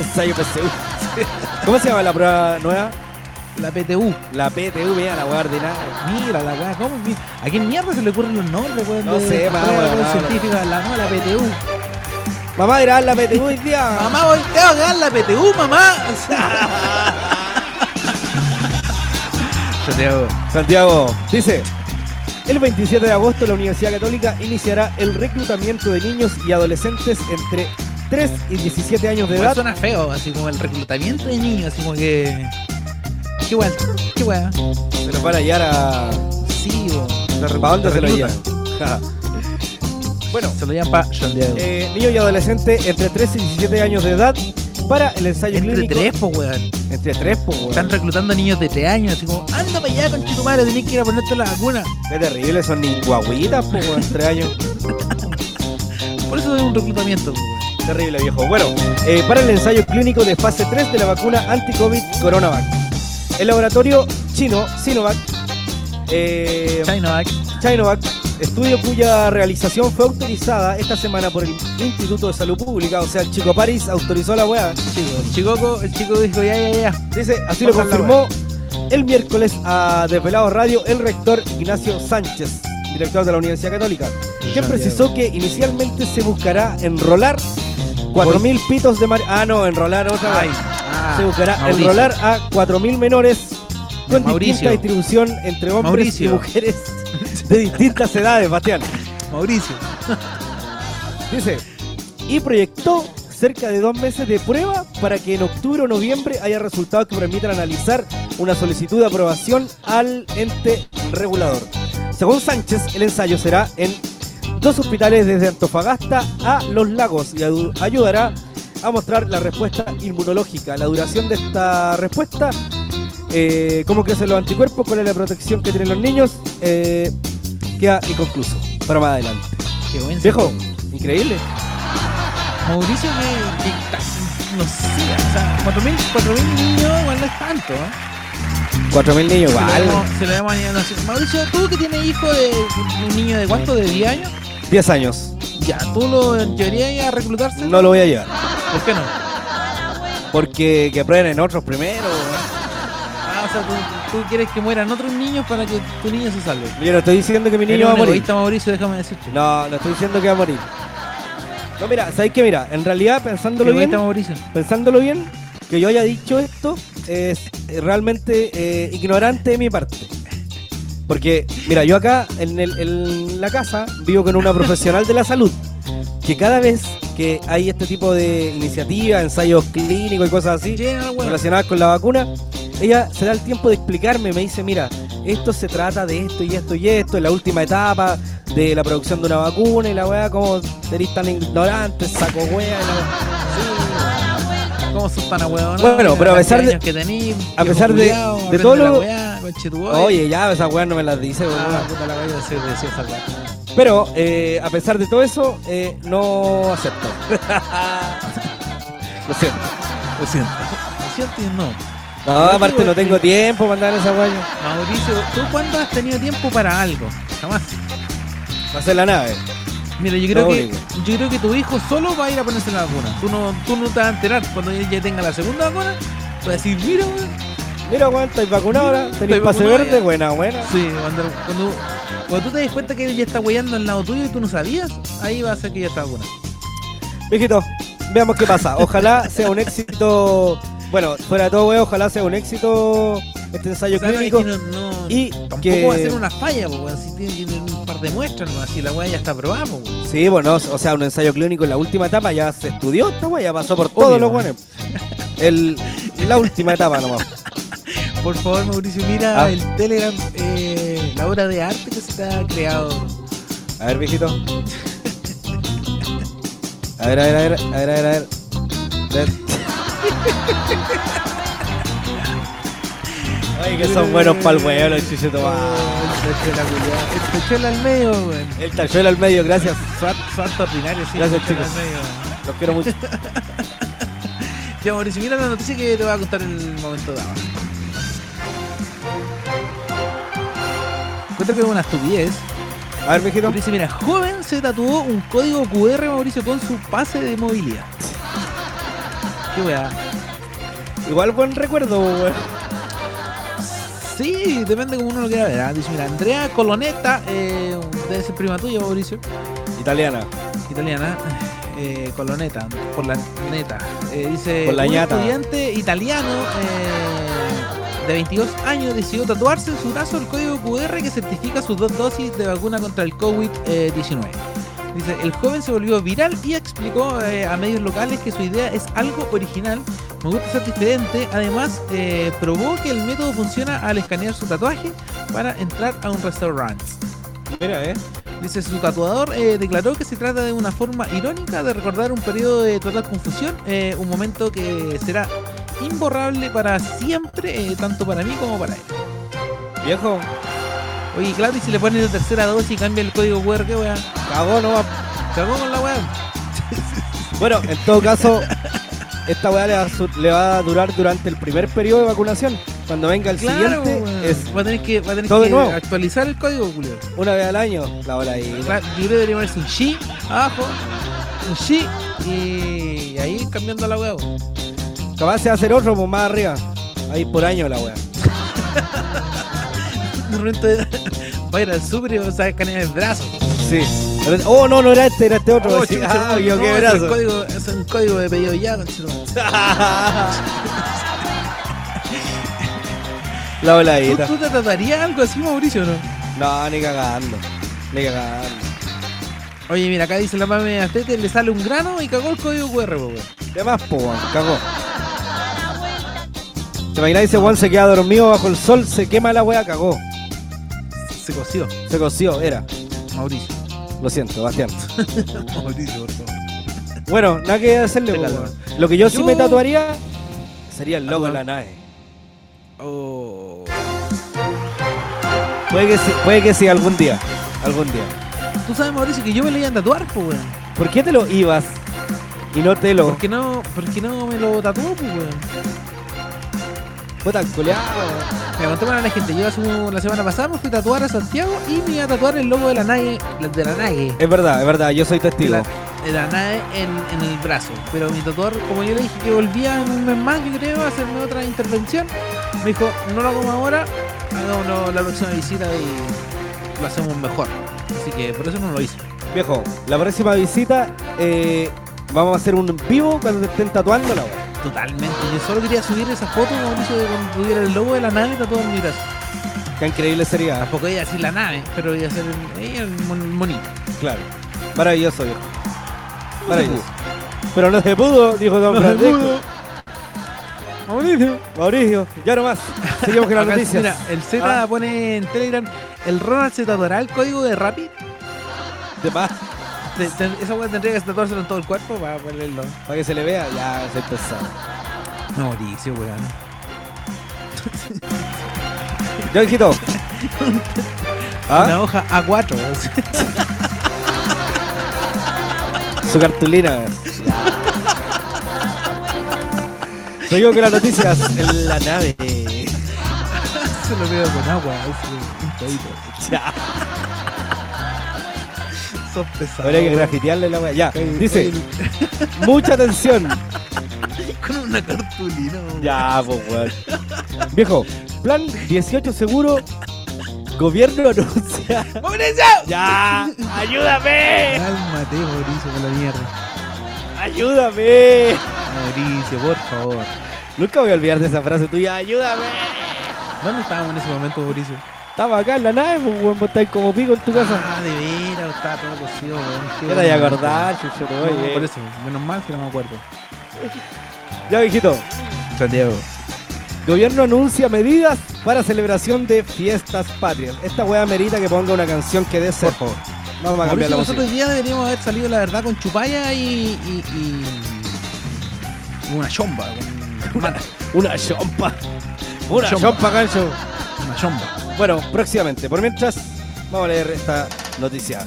S2: Ensayo PSU. pues, ¿Cómo se llama la prueba nueva?
S3: La PTU.
S2: La PTV, mira, la guardia.
S3: Mira la weá, ¿cómo? mi- ¿A quién mierda se le ocurren los nombres, weón?
S2: No
S3: de-
S2: sé,
S3: de-
S2: mamá,
S3: de- de-
S2: mamá,
S3: científica, la no, la PTU.
S2: Mamá, dirá la PTU hoy día.
S3: Mamá, volteo a cagar la PTU, mamá. Santiago.
S2: Santiago, dice. El 27 de agosto la Universidad Católica iniciará el reclutamiento de niños y adolescentes entre 3 y 17 años de
S3: Igual
S2: edad
S3: suena feo, así como el reclutamiento de niños, así como que. Qué weón, qué weón.
S2: Pero para llegar a.
S3: Sí, weón.
S2: ¿Para dónde se lo
S3: Recluta.
S2: llevan? Ja. bueno,
S3: Se lo llevan pa' Santiago.
S2: eh, niño y adolescente entre 13 y 17 años de edad para el ensayo
S3: Entre
S2: clínico.
S3: tres, po, weón.
S2: Entre tres, pues, weón.
S3: Están reclutando niños de tres años, así como, anda para allá con tu madre, tenés que ir a ponerte la vacuna.
S2: Qué terrible, son ni guaguitas, pues, weón. Tres años.
S3: Por eso es un reclutamiento, po, weón.
S2: Terrible, viejo. Bueno, eh, para el ensayo clínico de fase 3 de la vacuna anti-COVID Coronavac. El laboratorio chino Sinovac. eh,
S3: Chinovac.
S2: Chinovac, estudio cuya realización fue autorizada esta semana por el Instituto de Salud Pública, o sea, el Chico París autorizó la weá.
S3: Chico, el chico, el chico dijo, ya, ya, ya.
S2: Dice, así lo
S3: Vamos a la
S2: confirmó el miércoles a Desvelados Radio el rector Ignacio Sánchez, director de la Universidad Católica, que
S3: Santiago.
S2: precisó que inicialmente se buscará enrolar 4.000 pitos de mar... Ah, no, enrolar otra vez. Se buscará
S3: Mauricio.
S2: enrolar a 4.000 menores con
S3: Mauricio.
S2: distinta distribución entre hombres
S3: Mauricio.
S2: y mujeres de distintas edades, Bastián.
S3: Mauricio.
S2: Dice, y proyectó cerca de dos meses de prueba para que en octubre o noviembre haya resultados que permitan analizar una solicitud de aprobación al ente regulador. Según Sánchez, el ensayo será en dos hospitales desde Antofagasta a Los Lagos y adu- ayudará a mostrar la respuesta inmunológica, la duración de esta respuesta, eh, cómo crecen los anticuerpos, cuál es la protección que tienen los niños, eh, queda inconcluso para más adelante.
S3: Qué buen
S2: Viejo, increíble.
S3: Mauricio me. que ta- No sé, o sea, 4.000 4.000 niños igual no es tanto, ¿eh?
S2: 4.000 niños,
S3: Se lo
S2: vale.
S3: vemos- Se lo vemos a nivel nacional. Mauricio, tú que tienes hijo de un niño de cuánto, de 10 años,
S2: 10 años.
S3: ya, tú lo llevarías a reclutarse.
S2: No lo voy a llevar.
S3: ¿Por qué no?
S2: Porque que prueben en otros primero.
S3: Ah, o sea, tú, tú quieres que mueran otros niños para que tu niño se salve.
S2: Yo no estoy diciendo que mi
S3: Eres
S2: niño va a
S3: un
S2: morir.
S3: egoísta, Mauricio, déjame decirte.
S2: No, no estoy diciendo que va a morir. No, mira, ¿sabéis qué? Mira, en realidad, pensándolo bien,
S3: Egoísta, Mauricio.
S2: pensándolo bien, que yo haya dicho esto es eh, realmente eh, ignorante de mi parte. Porque, mira, yo acá en, el- en la casa vivo con una profesional de la salud que cada vez que hay este tipo de iniciativas, ensayos clínicos y cosas así,
S3: Llena, weón.
S2: relacionadas con la vacuna, ella se da el tiempo de explicarme, me dice, mira, esto se trata de esto y esto y esto, en la última etapa de la producción de una vacuna y la weá, como eres tan ignorante, saco weá, y la weá.
S3: ¿Cómo sos tan ahueonado?
S2: Bueno, pero a
S3: La
S2: pesar de-
S3: cantidad años que tení,
S2: a
S3: viejo
S2: pesar de-
S3: culiao,
S2: de
S3: aprende
S2: todo
S3: la
S2: lo-
S3: weá, conchetumadre.
S2: Oye, ya, esa weá no me las dice, weón.
S3: Ah, puta la weá, yo soy de César, weá.
S2: Pero, eh, a pesar de todo eso, eh, no acepto. Lo siento.
S3: Lo siento. Lo siento y no.
S2: No, aparte no tengo tiempo para andar en esa weá. yo.
S3: Mauricio, ¿tú cuándo has tenido tiempo para algo? Jamás.
S2: Va a ser la nave.
S3: Mira, yo creo,
S2: Lo
S3: que,
S2: único.
S3: yo creo que tu hijo solo va a ir a ponerse la vacuna. Tú no, tú no te vas a enterar. Cuando él ya tenga la segunda vacuna, tú vas a decir, mira, weón.
S2: Mira, weón, estáis vacunado ahora. Tenéis
S3: Estoy
S2: pase
S3: vacunado
S2: verde,
S3: ya.
S2: buena, buena.
S3: Sí, cuando, cuando, cuando tú te das cuenta que él ya está weyando al lado tuyo y tú no sabías, ahí va a ser que ya está vacuna.
S2: Mijito, veamos qué pasa. Ojalá sea un éxito. Bueno, fuera de todo, weón, ojalá sea un éxito este ensayo
S3: O sea, no es
S2: clínico.
S3: que no- no-
S2: Y
S3: Tampoco
S2: que.
S3: va a ser una falla, po, weón, si tienen un par de muestras, ¿no? si la weá ya está probada, po, weón.
S2: Sí, bueno, o sea, un ensayo clínico en la última etapa ya se estudió esta weá, ya pasó por todos
S3: Obvio.
S2: los weones. El- La última etapa nomás.
S3: Por favor, Mauricio, mira
S2: Ah.
S3: el Telegram, eh, la obra de arte que se te ha creado.
S2: A ver, viejito. A ver, a ver, a ver, a ver, a ver, a ver. Ver. Ay, que son buenos pa'l weón los chichetos.
S3: Te echó el al medio, weón.
S2: El tachuelo al medio, gracias.
S3: Su harto ordinario, sí.
S2: Gracias,
S3: el tachuelo
S2: chicos.
S3: al medio.
S2: Los quiero mucho.
S3: Ya, Mauricio, mira la noticia que te voy a contar en el momento dado. Cuento que es una estupidez.
S2: A ver, viejito.
S3: Mauricio, mira, joven se tatuó un código QR, Mauricio, con su pase de movilidad. Qué weá.
S2: Igual buen recuerdo, weón.
S3: Sí, depende como uno lo quiera ver. ¿ah? Dice, mira, Andrea Coloneta, eh, debe ser prima tuya, Mauricio,
S2: Italiana.
S3: italiana. Eh, Coloneta, por la neta. Eh, dice,
S2: Por la
S3: un
S2: ñata.
S3: estudiante italiano eh, de 22 años decidió tatuarse en su brazo el código QR que certifica sus dos dosis de vacuna contra el COVID-19. Dice, el joven se volvió viral y explicó eh, a medios locales que su idea es algo original, me gusta ser diferente. Además, eh, probó que el método funciona al escanear su tatuaje para entrar a un restaurante.
S2: Mira, eh.
S3: Dice, su tatuador eh, declaró que se trata de una forma irónica de recordar un periodo de total confusión, eh, un momento que será imborrable para siempre, eh, tanto para mí como para él.
S2: Viejo,
S3: Oye, claro, y si le ponen la tercera dosis y cambia el código QR, qué weá.
S2: cagó nomás.
S3: Cagó con la weá.
S2: Bueno, en todo caso, esta weá le va, a su- le va a durar durante el primer periodo de vacunación. Cuando venga el
S3: Claro,
S2: siguiente,
S3: weón.
S2: es
S3: va a tener que, va a tener
S2: Todo de
S3: que
S2: nuevo.
S3: actualizar el código, Julio.
S2: una vez al año la hora ahí.
S3: Claro, Yo creo que debería ponerse un shi abajo, un shi y ahí ir cambiando la huevo.
S2: Capaz se va a hacer otro pues, más arriba. Ahí por año la weá.
S3: De repente va a ir al super y va a usar escanear el brazo.
S2: Sí. Pero- Oh, no, no era este, era este otro.
S3: Oh,
S2: Sí,
S3: chucha,
S2: ah,
S3: no,
S2: yo
S3: no,
S2: qué
S3: es
S2: brazo.
S3: un código- Es un código de pedido ya, conchetumare.
S2: La ola
S3: ¿Tú, ¿Tú te tratarías algo así, Mauricio, o no?
S2: No, ni cagando. Ni cagando.
S3: Oye, mira, acá dice la mame de Astete, le sale un grano y cagó el código QR, po, weón.
S2: ¿Qué más, po, weón? Cagó. ¿Te imaginas? Ese Juan se queda dormido bajo el sol, se quema la weá, cagó.
S3: Se coció,
S2: Se coció, era.
S3: Mauricio.
S2: Lo siento, Bastián.
S3: Mauricio, por favor.
S2: Bueno, nada que hacerle, po,
S3: Pégalo.
S2: weón. Lo que yo, sí
S3: Yo-
S2: me tatuaría sería el logo de
S3: Tatuar.
S2: la nave.
S3: Oh.
S2: Puede que sí, puede que sí, algún día. Algún día.
S3: Tú sabes, Mauricio, que yo me le iba a tatuar, po, weón.
S2: ¿Por qué te lo ibas? Y no te lo.
S3: ¿Por qué no, por qué no me lo tatuó, pues, weón?
S2: Puta, culiao.
S3: Me contó para la gente, yo hace un- la semana pasada me fui a tatuar a Santiago y me iba a tatuar el logo de la NAE, la- de la NAE,
S2: Es verdad, es verdad, yo soy
S3: de
S2: testigo.
S3: la, de la NAE en, en el brazo. Pero mi tatuador, como yo le dije que volvía en un mes más, yo creo, a hacerme otra intervención, me dijo, no lo hagamos ahora, hagámoslo la próxima visita y lo hacemos mejor. Así que por eso no lo hice.
S2: Viejo, la próxima visita eh, vamos a hacer un vivo cuando te estén tatuando la weá.
S3: Totalmente. Yo solo quería subir esa foto, Mauricio, de cuando tuviera el logo de la nave tatuado en mi brazo.
S2: Qué increíble sería.
S3: Tampoco iba a decir la nave, pero iba a ser eh, el mon- monito.
S2: Claro. Maravilloso, viejo. Maravilloso. Pero no se pudo, dijo Don Francisco.
S3: Mauricio.
S2: Mauricio, ya nomás. Seguimos con las
S3: Acá,
S2: noticias.
S3: Mira, el Z
S2: Ah.
S3: pone en Telegram, el Ronald se tatuará el código de Rappi.
S2: De más,
S3: Te- te- Esa weá tendría que tatuárselo en todo el cuerpo para ponerlo.
S2: para que se le vea, ya se empezado.
S3: Mauricio, weón.
S2: Ya, hijito. ¿Ah?
S3: Una hoja A4. así.
S2: Su cartulina. Seguimos con las noticias en la nave.
S3: Se lo veo con agua. así, un codito.
S2: Ya.
S3: Sos pesado.
S2: Habría que grafitearle la weá. Ya,
S3: Oye,
S2: dice,
S3: oye,
S2: mucha atención.
S3: Con una cartulina. weón.
S2: Ya, pues, weón. Viejo, plan 18 seguro. Gobierno anuncia.
S3: ¡Mauricio!
S2: ¡Ya! ¡Ayúdame!
S3: Cálmate, Mauricio, con la mierda.
S2: ¡Ayúdame!
S3: Mauricio, por favor.
S2: Nunca voy a olvidar de esa frase tuya. ¡Ayúdame!
S3: ¿Dónde estábamos en ese momento, Mauricio?
S2: Estaba acá en la nave, pues, weón. Vos estáis como pico en tu casa.
S3: Ah, de veras, estaba todo cocido, weón. Qué
S2: Ya te voy a
S3: bueno.
S2: acordar, chucho,
S3: No,
S2: oye.
S3: Por eso, menos mal que no me acuerdo.
S2: Ya, viejito.
S3: Santiago.
S2: Gobierno anuncia medidas para celebración de fiestas patrias. Esta weá merita que ponga una canción que dé ser. Vamos a cambiar la música.
S3: nosotros hoy día deberíamos haber salido, la verdad, con chupalla y. y, y- una chomba. con- mata,
S2: Una chompa. Una
S3: Chompa.
S2: chompa, gancho.
S3: una chomba.
S2: Bueno, próximamente. Por mientras, vamos a leer esta noticia.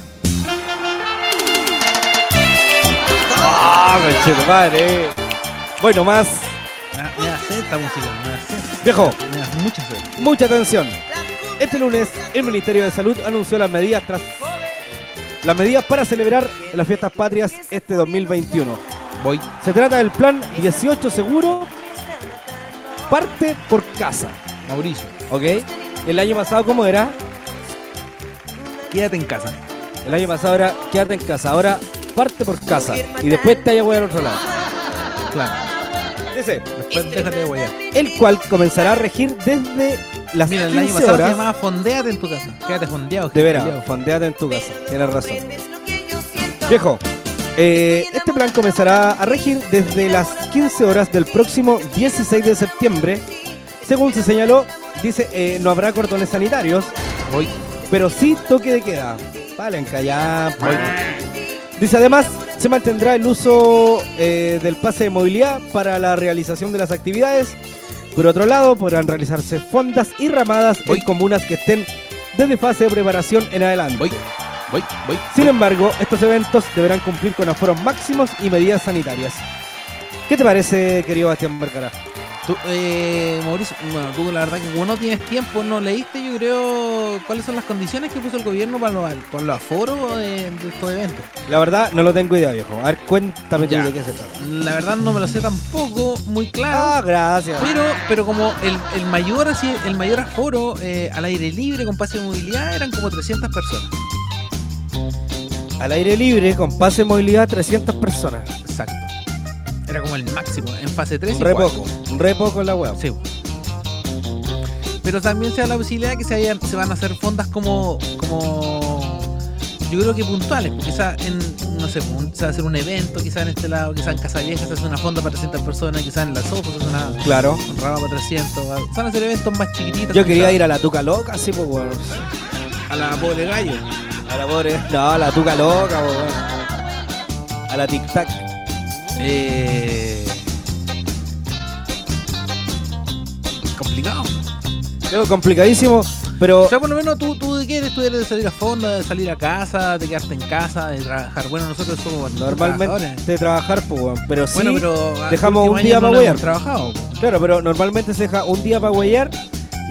S2: ¡Ah, madre! Bueno, más.
S3: Me da- Me da sed esta música, me da sed.
S2: Viejo,
S3: Me da mucha sed.
S2: mucha atención. Este lunes, el Ministerio de Salud anunció las medidas tras las medidas para celebrar las fiestas patrias este 2021.
S3: Voy.
S2: Se trata del plan 18 seguro, parte por casa,
S3: Mauricio,
S2: ¿ok? El año pasado cómo era?
S3: quédate en casa.
S2: El año pasado era quédate en casa, ahora parte por casa y después te haya voy al otro lado.
S3: Claro.
S2: Dice,
S3: Después déjate de huear.
S2: el cual comenzará a regir desde las
S3: Mira, el año
S2: 15
S3: pasado se
S2: horas.
S3: llamaba Fondeate en tu casa. Quédate fondeado.
S2: De
S3: quédate
S2: veras,
S3: fondeado.
S2: fondeate en tu casa, tienes razón. Viejo, eh, este plan comenzará a regir desde las 15 horas del próximo 16 de septiembre. Según se señaló, dice, eh, no habrá cordones sanitarios,
S3: Voy.
S2: pero sí toque de queda. Vale, en callar. voy. Dice además, se mantendrá el uso eh, del pase de movilidad para la realización de las actividades. Por otro lado, podrán realizarse fondas y ramadas
S3: Voy.
S2: en comunas que estén desde fase de preparación en adelante.
S3: Voy. Voy. Voy.
S2: Sin embargo, estos eventos deberán cumplir con aforos máximos y medidas sanitarias. ¿Qué te parece, querido Bastián Bercara?
S3: Tú, eh, Mauricio, bueno, tú la verdad que como no tienes tiempo, no leíste, yo creo, cuáles son las condiciones que puso el gobierno para los, para los aforos eh, de, de estos eventos.
S2: La verdad, no lo tengo idea, viejo. A ver, cuéntame tú
S3: Ya.
S2: de qué se trata.
S3: La verdad no me lo sé tampoco muy
S2: Ah,
S3: claro,
S2: gracias.
S3: pero pero como el, el mayor así, el mayor aforo eh, al aire libre con pase de movilidad eran como 300 personas.
S2: Al aire libre, con pase de movilidad, 300 personas.
S3: Exacto. Era como el máximo, en fase 3 y
S2: Re
S3: cuatro.
S2: poco, re poco la web.
S3: Sí. Pero también se da la posibilidad que se, hayan- se van a hacer fondas como, como yo creo que puntuales, porque quizás en, no sé, pues, un- se va a hacer un evento, quizás en este lado, quizás en Casa Vieja se hace una fonda para 300 personas, quizás en Las Ojos se hace una
S2: Claro.
S3: rama para 300, va- se van a hacer eventos más chiquititos.
S2: Yo quería
S3: quizás
S2: ir a la Tuca Loca, sí, pues, weón.
S3: a la Pobre Gallo.
S2: A la pobre. No, a la Tuca Loca, pues, weón. A la Tic Tac.
S3: Eh... Complicado.
S2: Luego, complicadísimo. Pero
S3: O sea, por lo menos tú, tú de qué eres, tú eres de salir a fondo, de salir a casa, de quedarte en casa, de trabajar. Bueno, nosotros somos trabajadores.
S2: normalmente trabajar, pues, weón. Pero sí,
S3: bueno, pero ah,
S2: dejamos
S3: último
S2: un
S3: año
S2: día
S3: no
S2: pa'
S3: lo hemos
S2: huear.
S3: trabajado. po.
S2: claro, pero normalmente se deja un día para huellar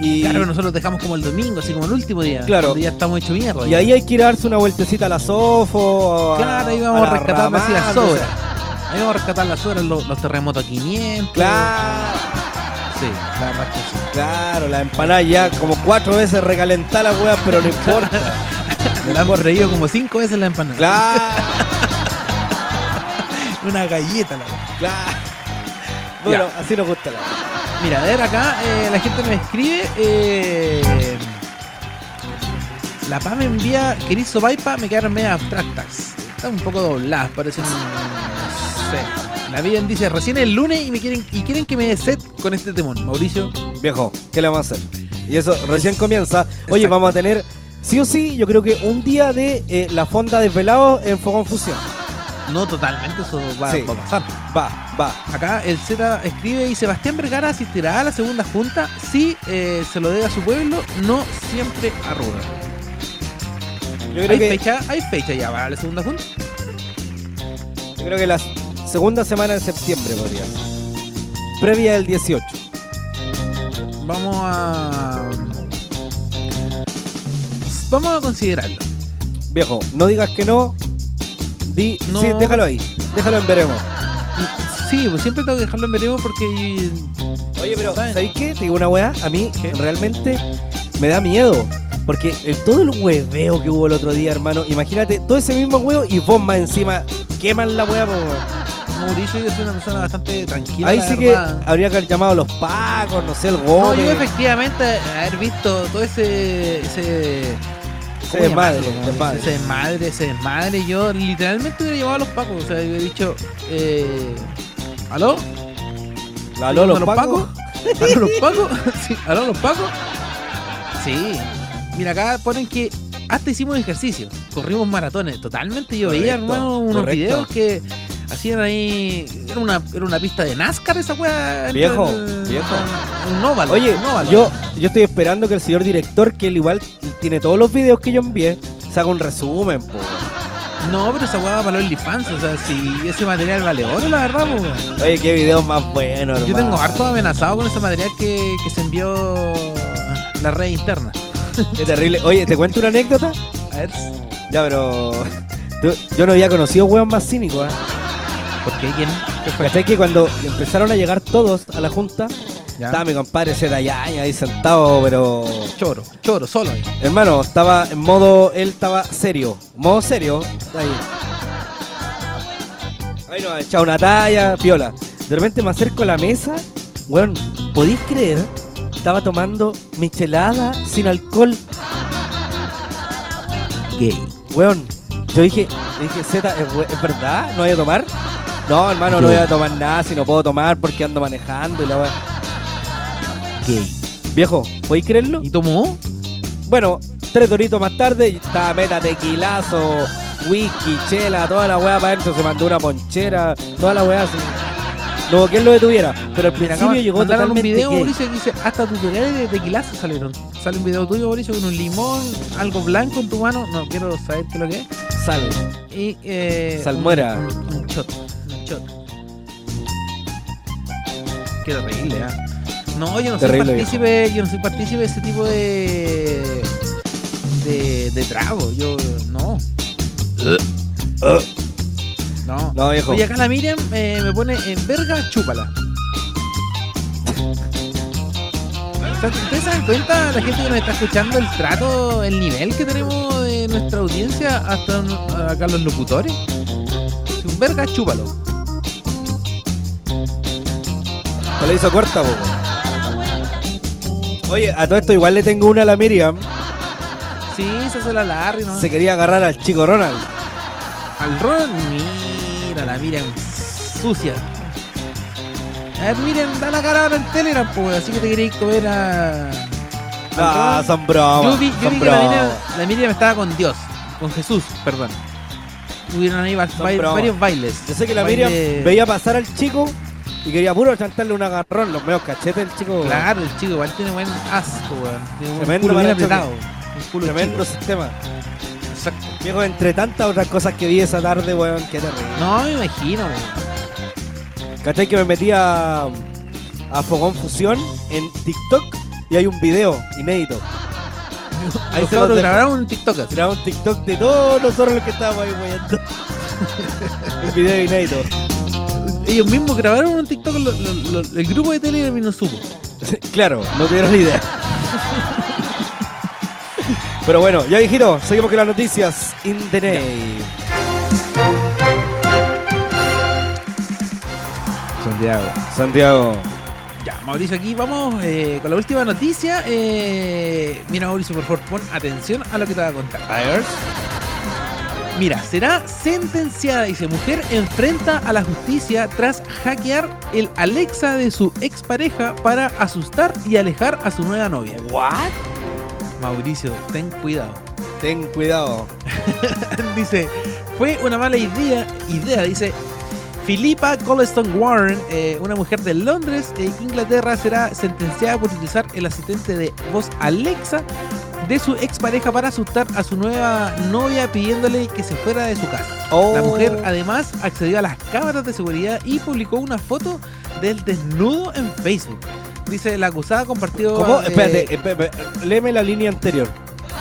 S2: y,
S3: Claro, nosotros dejamos como el domingo, así como el último día.
S2: Claro.
S3: cuando Ya estamos hecho mierda.
S2: y
S3: ya.
S2: ahí hay que ir a darse una vueltecita a la sofo. a-
S3: Claro, ahí vamos
S2: a
S3: a
S2: la
S3: rescatar así las
S2: Ramal, o
S3: obras.
S2: sea,
S3: Ahí vamos a rescatar las obras, los, los terremotos a 500.
S2: Claro,
S3: Sí, la verdad es que sí.
S2: claro, la empanada ya como cuatro veces recalentar la weá, pero no importa.
S3: La hemos reído como cinco veces la empanada.
S2: claro.
S3: Una galleta la verdad.
S2: Claro. Bueno, así nos gusta la.
S3: Mira, a ver acá, eh, la gente me escribe. eh, la PA me envía. Querís sopaipa, me quedaron medio abstractas. Están un poco dobladas, parecen. No sé. La Vivian dice, recién el lunes y me quieren y quieren que me dé set con este temón. Mauricio,
S2: Viejo, ¿qué le vamos a hacer? Y eso recién comienza. Oye,
S3: Exacto.
S2: vamos a tener, sí o sí, yo creo que un día de eh, la fonda desvelado en Fogón Fusión.
S3: no totalmente, eso va,
S2: Sí.
S3: va a pasar.
S2: Va, va.
S3: Acá el Z escribe y Sebastián Vergara asistirá a la segunda junta si eh, se lo debe a su pueblo, no siempre a Ruda.
S2: Yo creo,
S3: ¿Hay
S2: que,
S3: fecha, hay fecha ya para la segunda junta.
S2: yo creo que la segunda semana de septiembre podría ser. Previa del 18.
S3: Vamos a. Vamos a considerarlo.
S2: Viejo, no digas que no. Di,
S3: No.
S2: Sí, déjalo ahí. Déjalo en veremos.
S3: Sí, pues siempre tengo que dejarlo en veremos porque.
S2: Oye, pero
S3: ¿Saben?
S2: ¿sabéis qué? Te digo una weá, a mí
S3: ¿Qué?
S2: realmente me da miedo. Porque el- todo el hueveo que hubo el otro día, hermano, imagínate, todo ese mismo huevo y vos más encima queman la weá, po, weón.
S3: Mauricio yo soy una persona bastante tranquila.
S2: Ahí
S3: la
S2: sí que
S3: verdad.
S2: habría que haber llamado a los pacos, no sé, el
S3: No, yo
S2: Gómez.
S3: efectivamente haber visto todo ese. ese
S2: Ese
S3: ¿cómo
S2: desmadre,
S3: llamarlo?
S2: desmadre.
S3: Ese desmadre, ese desmadre. Yo literalmente hubiera llevado a los pacos. O sea, hubiera dicho. Eh, ¿Aló?
S2: ¿La Lolo,
S3: ¿Aló,
S2: los pacos?
S3: ¿Aló los pacos? Sí, ¿Aló los pacos? Sí. Mira, acá ponen que hasta hicimos ejercicio. Corrimos maratones. Totalmente. Yo veía,
S2: Correcto,
S3: hermano, unos
S2: correcto.
S3: videos que hacían ahí. Era una, era una pista de NASCAR esa weá. dentro
S2: Viejo,
S3: del-
S2: viejo.
S3: Un óvalo.
S2: Oye,
S3: un óvalo.
S2: yo, yo estoy esperando que el señor director, que él igual tiene todos los videos que yo envié, saca un resumen, po. weón.
S3: No, pero esa weá va para los OnlyFans. O sea, si ese material vale oro, la verdad, pues, weón.
S2: Oye, qué videos más buenos, hermano.
S3: Yo tengo harto amenazado con ese material que, que se envió ah, la red interna.
S2: Qué terrible. Oye, ¿te cuento una anécdota?
S3: A ver,
S2: Ya, pero. tú- Yo no había conocido huevos más cínicos, ¿eh?
S3: ¿por qué? ¿Quién? ¿Qué fue?
S2: ¿Cachai que cuando empezaron a llegar todos a la junta,
S3: Ya.
S2: estaba mi compadre Zayaya ahí sentado, pero.
S3: Choro, choro, solo ahí.
S2: Hermano, estaba en modo. Él estaba serio. Modo serio. Ahí. Ahí nos ha echado una talla, piola. De repente me acerco a la mesa. Weón, ¿podéis creer? Estaba tomando michelada sin alcohol.
S3: Gay.
S2: Weón, yo dije, yo dije, Z, ¿es, we- es verdad? ¿No voy a tomar? No, hermano, no voy a tomar nada si no puedo tomar porque ando manejando y la weá.
S3: Gay.
S2: Viejo, ¿podéis creerlo?
S3: ¿Y tomó?
S2: Bueno, tres doritos más tarde, estaba meta tequilazo, whisky, chela, toda la weá para adentro, se mandó una ponchera, toda la weá así. No, ¿quién lo detuviera? Pero al
S3: Mira,
S2: principio
S3: acá man-
S2: llegó
S3: mandaron un
S2: totalmente
S3: video,
S2: gay.
S3: Mauricio, que dice hasta tutoriales de tequilazo salieron. Sale un video tuyo, Mauricio, con un limón, algo blanco en tu mano. No, quiero saber qué es lo que es.
S2: Sal.
S3: Y, eh,
S2: Salmuera.
S3: Un, un- un shot. Un shot. Qué terrible, ¿ah? No, yo no
S2: Terrible,
S3: soy partícipe, yo no soy partícipe de ese tipo de. de, de trago. Yo no. No.
S2: No, viejo.
S3: Oye, acá la Miriam eh, me pone en verga, chúpala. O sea, ¿Ustedes se dan cuenta, la gente que nos está escuchando, el trato, el nivel que tenemos de nuestra audiencia hasta no- acá los locutores? Si un verga, chúpalo.
S2: Se lo hizo corta, poco. Oye, a todo esto igual le tengo una a la Miriam.
S3: Sí, se hace la Larry, ¿no?
S2: Se quería agarrar al chico Ronald.
S3: Al Ron, mira la Miriam sucia. A ver, Miriam, da la cara ahora en Telegram, pues, así que te queréis comer a... al
S2: Ah,
S3: Ron.
S2: son bromas.
S3: Yo vi, yo
S2: son
S3: vi que la
S2: bromas.
S3: Miriam, la Miriam estaba con Dios, con Jesús, perdón. Hubieron ahí va-
S2: Son
S3: va-
S2: bromas.
S3: varios bailes.
S2: Yo sé que la
S3: Baile-
S2: Miriam veía pasar al chico Y quería puro chantarle un agarrón, los medios cachetes el chico.
S3: Claro, el chico igual tiene buen asco, weón. Tiene un
S2: Tremendo
S3: culo bien
S2: maracho que-
S3: apretado. Un culo
S2: Tremendo
S3: chico.
S2: sistema.
S3: Exacto.
S2: Viejo, entre tantas otras cosas que vi esa tarde, weón, qué terrible.
S3: No, me imagino, weón.
S2: ¿Cachai que me metí a, a Fogón Fusión en TikTok y hay un video inédito? Ahí
S3: Ahí
S2: se
S3: se
S2: los dejo.
S3: grabaron un TikTok. así.
S2: Grabó un TikTok de todos nosotros los que estábamos ahí weyando. un video inédito.
S3: Ellos mismos grabaron un TikTok, lo- lo- lo- el grupo de Telegram y no supo.
S2: claro, no tuvieron ni idea. Pero bueno, ya viejito, seguimos con las noticias. In the name.
S3: Santiago.
S2: Santiago.
S3: Ya, Mauricio, aquí vamos eh, con la última noticia. Eh, mira, Mauricio, por favor, pon atención a lo que te voy a contar. Mira, será sentenciada, dice, mujer enfrenta a la justicia tras hackear el Alexa de su expareja para asustar y alejar a su nueva novia. ¿What? Mauricio, ten cuidado.
S2: Ten cuidado.
S3: dice, fue una mala idea, idea dice. Philippa Colston Warren, eh, una mujer de Londres, eh, Inglaterra, será sentenciada por utilizar el asistente de voz Alexa de su expareja para asustar a su nueva novia pidiéndole que se fuera de su casa.
S2: Oh.
S3: La mujer además accedió a las cámaras de seguridad y publicó una foto del desnudo en Facebook. Dice, la acusada compartió...
S2: ¿Cómo?
S3: eh,
S2: Espérate, espérate, léeme la línea anterior.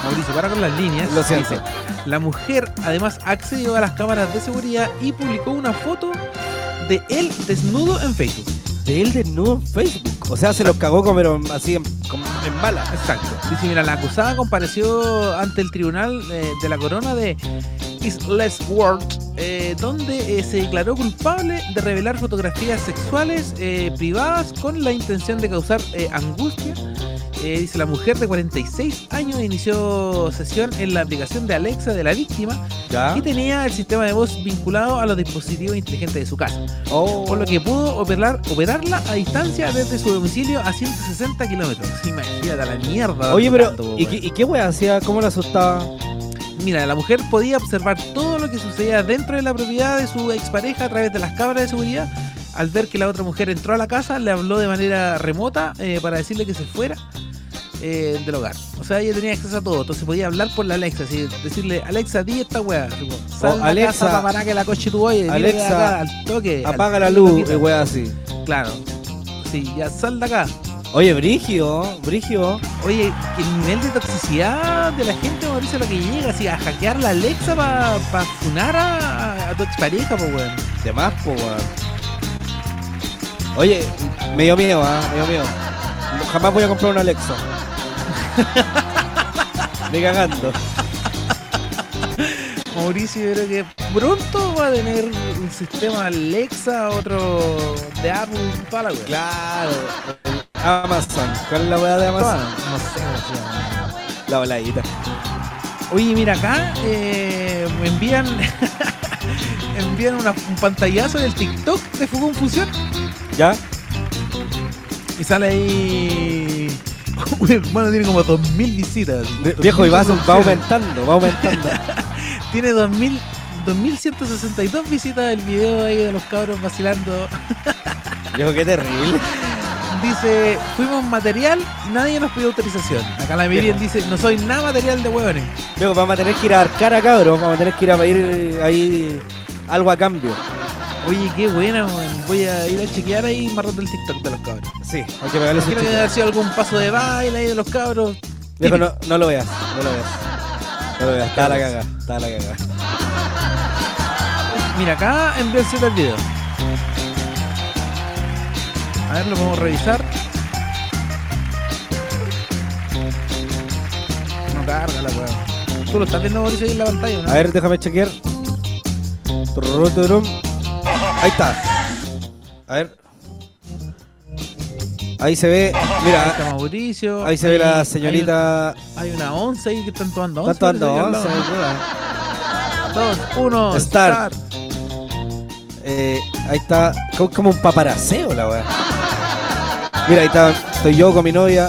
S3: Mauricio, para con las líneas.
S2: Lo siento.
S3: Dice, la mujer además accedió a las cámaras de seguridad y publicó una foto de él desnudo en Facebook.
S2: De él desnudo en Facebook. O sea, se los cagó como pero así en, como en bala.
S3: Exacto. Dice, mira, la acusada compareció ante el tribunal eh, de la corona de Islesworth, eh, donde eh, se declaró culpable de revelar fotografías sexuales eh, privadas con la intención de causar eh, angustia. Eh, dice, la mujer de 46 años inició sesión en la aplicación de Alexa de la víctima
S2: Ya.
S3: y tenía el sistema de voz vinculado a los dispositivos inteligentes de su casa,
S2: Oh.
S3: por lo que pudo operar, operarla a distancia desde su domicilio a 160 kilómetros. Imagínate a la mierda.
S2: Oye, pero,
S3: tanto, po,
S2: ¿y,
S3: weón.
S2: qué- ¿y qué wea hacía? ¿Cómo le asustaba?
S3: Mira, la mujer podía observar todo lo que sucedía dentro de la propiedad de su expareja a través de las cámaras de seguridad. Al ver que la otra mujer entró a la casa, le habló de manera remota eh, para decirle que se fuera eh, del hogar. O sea, ella tenía acceso a todo, entonces podía hablar por la Alexa, así, decirle, Alexa, di esta weá. tipo,
S2: O,
S3: Sal de la
S2: "Alexa,
S3: casa para que la coche tu oye,
S2: Alexa,
S3: al toque. al
S2: Apaga la
S3: toque,
S2: luz, eh,
S3: papito".
S2: y wea así.
S3: Claro. Sí, ya sal de acá.
S2: Oye, Brigio, Brigio.
S3: Oye, que el nivel de toxicidad de la gente, Mauricio, a lo que llega, así a hackear la Alexa para pa funar a, a tu expareja, pues, weón.
S2: De más, po, weón. Oye, me dio miedo, ah, me dio miedo. Jamás voy a comprar una Alexa. Ni cagando.
S3: Mauricio, yo creo que pronto va a tener un sistema Alexa, otro de Apple, toda la weón.
S2: Claro. Amazon. ¿Cuál es la weá de
S3: Toda,
S2: Amazon?
S3: no sé, weón.
S2: La voladita.
S3: Oye, mira acá, eh, me envían envían una- un pantallazo del TikTok de Fugón Fusión
S2: ¿Ya?
S3: y sale ahí. Un hermano tiene como 2000 visitas.
S2: De- viejo, y va, va
S3: 2000
S2: aumentando, va aumentando.
S3: Tiene 2000, 2162 visitas del video ahí de los cabros vacilando.
S2: viejo, qué terrible.
S3: Dice, fuimos material, nadie nos pidió autorización. Acá la Miriam dice, no soy nada material de hueones.
S2: Viejo, vamos a tener que ir a arcar a cabros. Vamos a tener que ir a pedir eh, ahí algo a cambio.
S3: Oye, qué buena, weón. Voy a ir a chequear ahí más rato el TikTok de los cabros.
S2: Sí, hay que pegarle su
S3: Quiero que
S2: chiste.
S3: haya sido algún paso de baile ahí de los cabros.
S2: Viejo, no, no lo veas, no lo veas. No lo veas, está la caga, está la caga.
S3: Mira, acá envíense el video. A ver, lo podemos revisar. No carga la weón. Tú lo estás viendo, Mauricio, ahí en la pantalla, ¿no?
S2: A ver, déjame chequear. Tururú, turum. Ahí está. A ver. Ahí se ve,
S3: Ahí está
S2: mira,
S3: Mauricio.
S2: ahí se ve la señorita.
S3: Hay, un- hay una once ahí que están tomando once.
S2: ¿Cuánto ando?
S3: parece,
S2: Once,
S3: al lado.
S2: weón.
S3: Dos, uno,
S2: Start. Eh, ahí está, co- como un paparaceo la weá. Mira, ahí está, estoy yo con mi novia.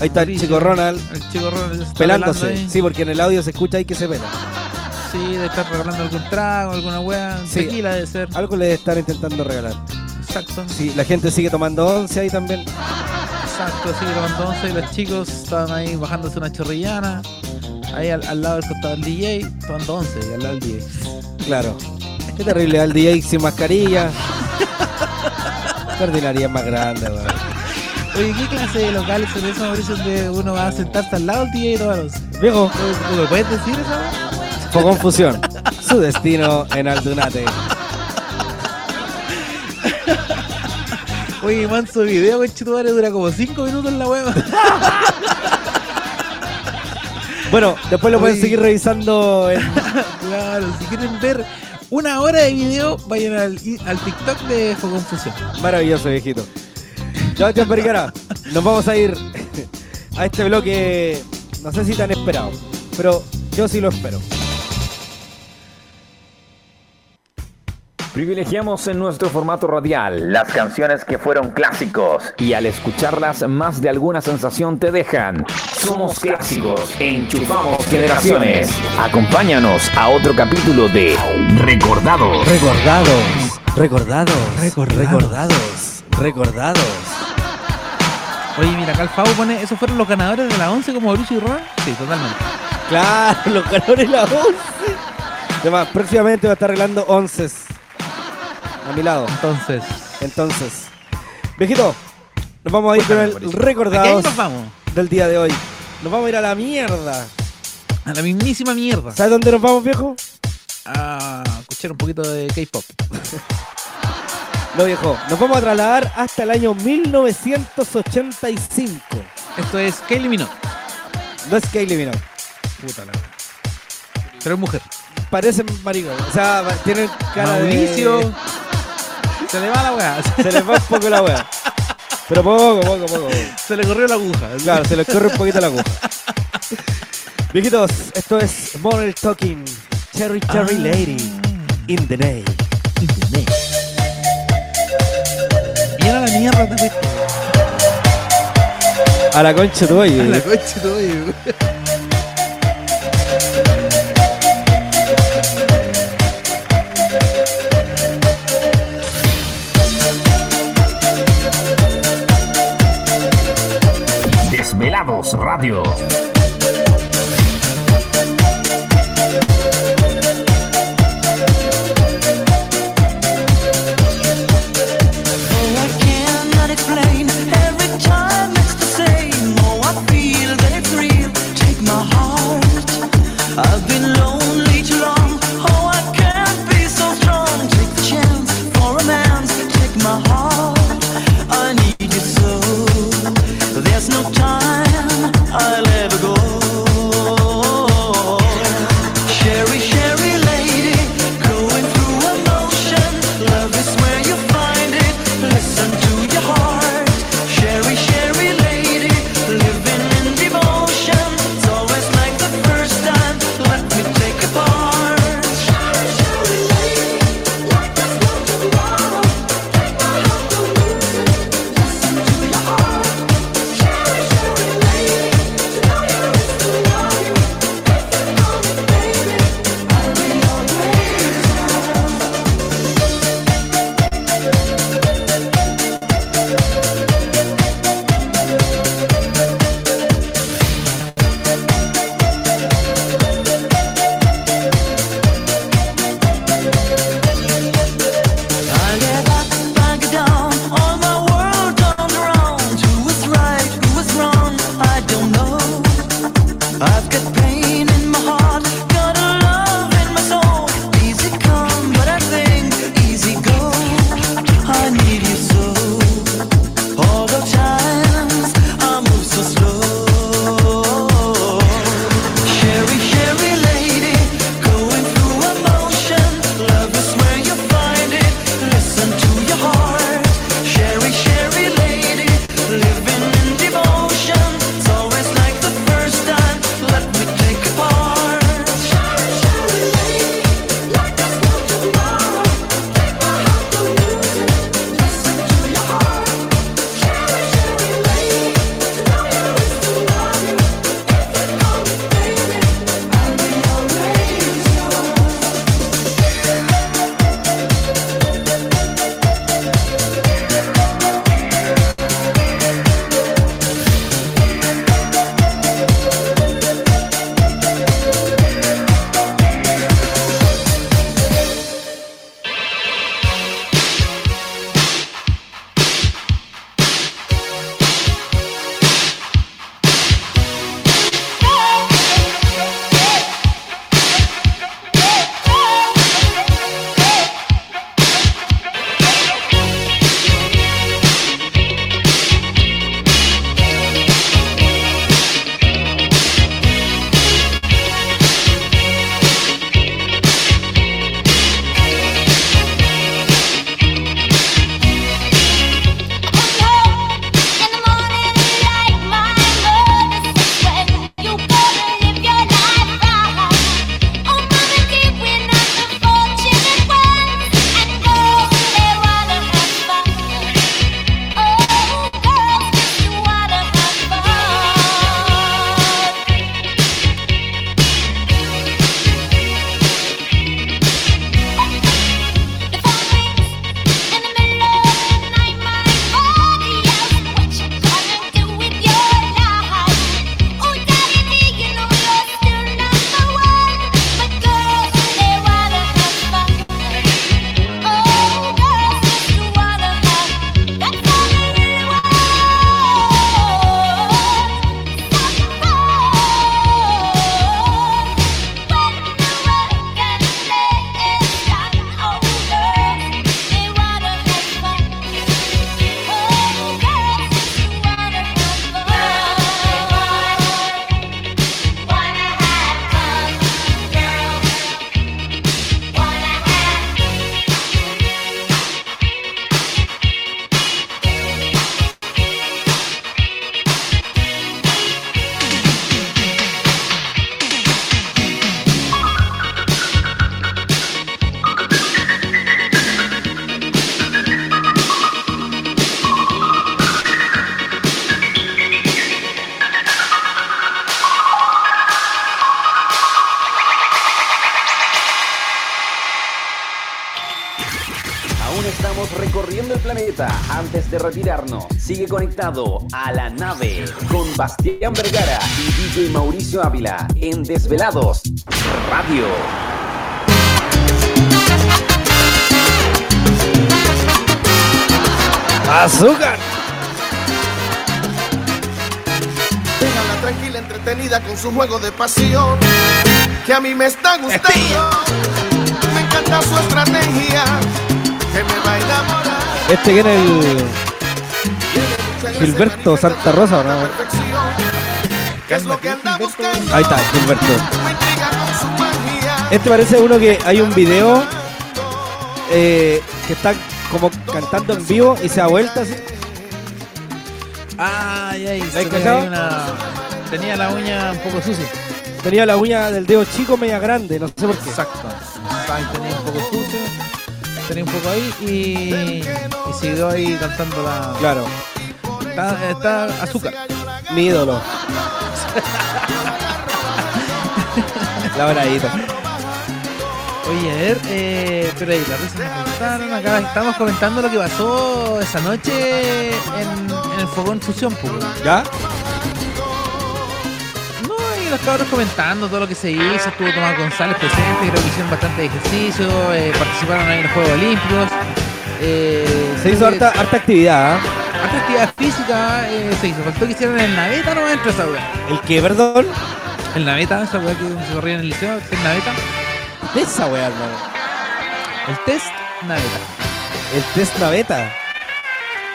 S2: Ahí está el
S3: Mauricio.
S2: chico Ronald
S3: El chico Ronald está pelando
S2: pelándose.
S3: ahí.
S2: Sí, porque en el audio se escucha ahí que se pela.
S3: Sí, de estar regalando algún trago, alguna weá.
S2: Sí. Ah.
S3: Tequila debe ser.
S2: Algo le debe estar intentando regalar.
S3: Exacto.
S2: Sí, la gente sigue tomando once ahí también.
S3: Exacto, así que tomando once y los chicos estaban ahí bajándose una chorrillana. Ahí al, al lado del costado del DJ, tomando once y al lado del DJ.
S2: Claro. Qué terrible, al DJ sin mascarilla. Qué ordinaria más grande, weón.
S3: Oye, ¿qué clase de locales son esos, Mauricio, donde uno va a sentarse al lado del DJ y tomar once?
S2: Viejo,
S3: ¿Tú me puedes decir eso?
S2: fue confusión. Su destino en Aldunate.
S3: Oye, manso video, conchetumare, dura como 5 minutos la hueva.
S2: Bueno, después lo pueden
S3: Uy.
S2: seguir revisando en
S3: claro, si quieren ver una hora de video, vayan al, al TikTok de Foconfusión.
S2: Maravilloso, viejito. Chao, chao, Vergara. Nos vamos a ir a este bloque, no sé si tan esperado, pero yo sí lo espero.
S1: Privilegiamos en nuestro formato radial las canciones que fueron clásicos y al escucharlas más de alguna sensación te dejan. Somos clásicos, enchufamos generaciones. Acompáñanos a otro capítulo de Recordados.
S2: Recordados, recordados, recordados, recordados.
S3: Oye, mira, acá el Fabo pone, ¿esos fueron los ganadores de la 11 como Mauricio y Roa? Sí, totalmente.
S2: Claro, los calores la 11. Además, próximamente va a estar arreglando 11 a mi lado.
S3: Entonces,
S2: Entonces, viejito, nos vamos a ir con el
S3: aquí ahí
S2: recordados
S3: nos vamos.
S2: del día de hoy. Nos vamos a ir a la mierda.
S3: A la mismísima mierda.
S2: ¿Sabes dónde nos vamos, viejo?
S3: A escuchar un poquito de K-pop.
S2: No, viejo. Nos vamos a trasladar hasta el año 1985.
S3: Esto es Kylie Minogue,
S2: No es Kylie Minogue.
S3: pero es mujer.
S2: Parecen maricón. O sea, pa- tienen cara de-
S3: Mauricio. Se le va la weá.
S2: Se les va un poco la wea. Pero poco, poco, poco. poco.
S3: Se le corrió la aguja.
S2: Claro, se les corre un poquito la aguja. Viejitos, esto es Moral Talking. Cherry Cherry
S3: Ah.
S2: Lady. In the name.
S3: Y era la mierda de cuestión.
S2: A la concha tu oye.
S3: La coche todo y-
S7: Desvelados Radio.
S8: I cannot explain. Every time it's the same. Oh, I feel that it's real. Take my heart. I've been lonely too long. Oh, I can't be so strong. Take the chance for a man. Take my heart. I need you so. There's no time. I'll ever go. Sherry, Sherry lady, going through emotion. Love is where you find it. Listen to your heart. Sherry, Sherry lady, living in devotion. It's always like the first time. Let me take apart. Sherry, Sherry lady, like there's no tomorrow. Take my heart, don't lose it. Listen to your heart. Sherry, Sherry lady,
S1: pregunta antes de retirarnos. Sigue conectado a la nave con Bastián Vergara y DJ Mauricio Ávila en Desvelados Radio.
S2: ¡Azúcar!
S6: Déjala tranquila, entretenida con su juego de pasión. Que a mí me está gustando. Me encanta su estrategia. Que me va a enamorar.
S2: Este que era el. Gilberto Santa Rosa, ¿o no?
S6: ¿Qué es lo que anda buscando?
S2: Ahí está, Gilberto.
S6: Me intriga con su magia.
S2: Este parece uno que hay un video eh, que está como cantando en vivo y se da vuelta así.
S3: Ay, ay, se me
S2: cachado?
S3: cayó una- Tenía la uña un poco sucia.
S2: Tenía la uña del dedo chico media grande, no sé por qué.
S3: Exacto. Ay, Tenía un poco sucio. Tenía un poco ahí y, y siguió ahí cantando la.
S2: Claro,
S3: Está, está azúcar.
S2: mi ídolo. la bravita.
S3: Oye, a ver, eh, pero ahí las risas nos gustaron. Acá estamos comentando lo que pasó esa noche en, en el fogón fusión. pues.
S2: ¿Ya?
S3: No, y los cabros comentando todo lo que se hizo. Estuvo Tomás González presente, creo que hicieron bastante ejercicio. eh, participaron ahí en los Juegos Olímpicos. eh,
S2: Se hizo
S3: creo que-
S2: harta, harta actividad. ¿ah?
S3: Harta actividad física eh, se hizo. Faltó que hicieran el naveta no entra esa weá.
S2: ¿El qué, perdón?
S3: El naveta, esa weá que se corría en el liceo, el naveta.
S2: De esa weá, hermano.
S3: El test naveta.
S2: El test naveta.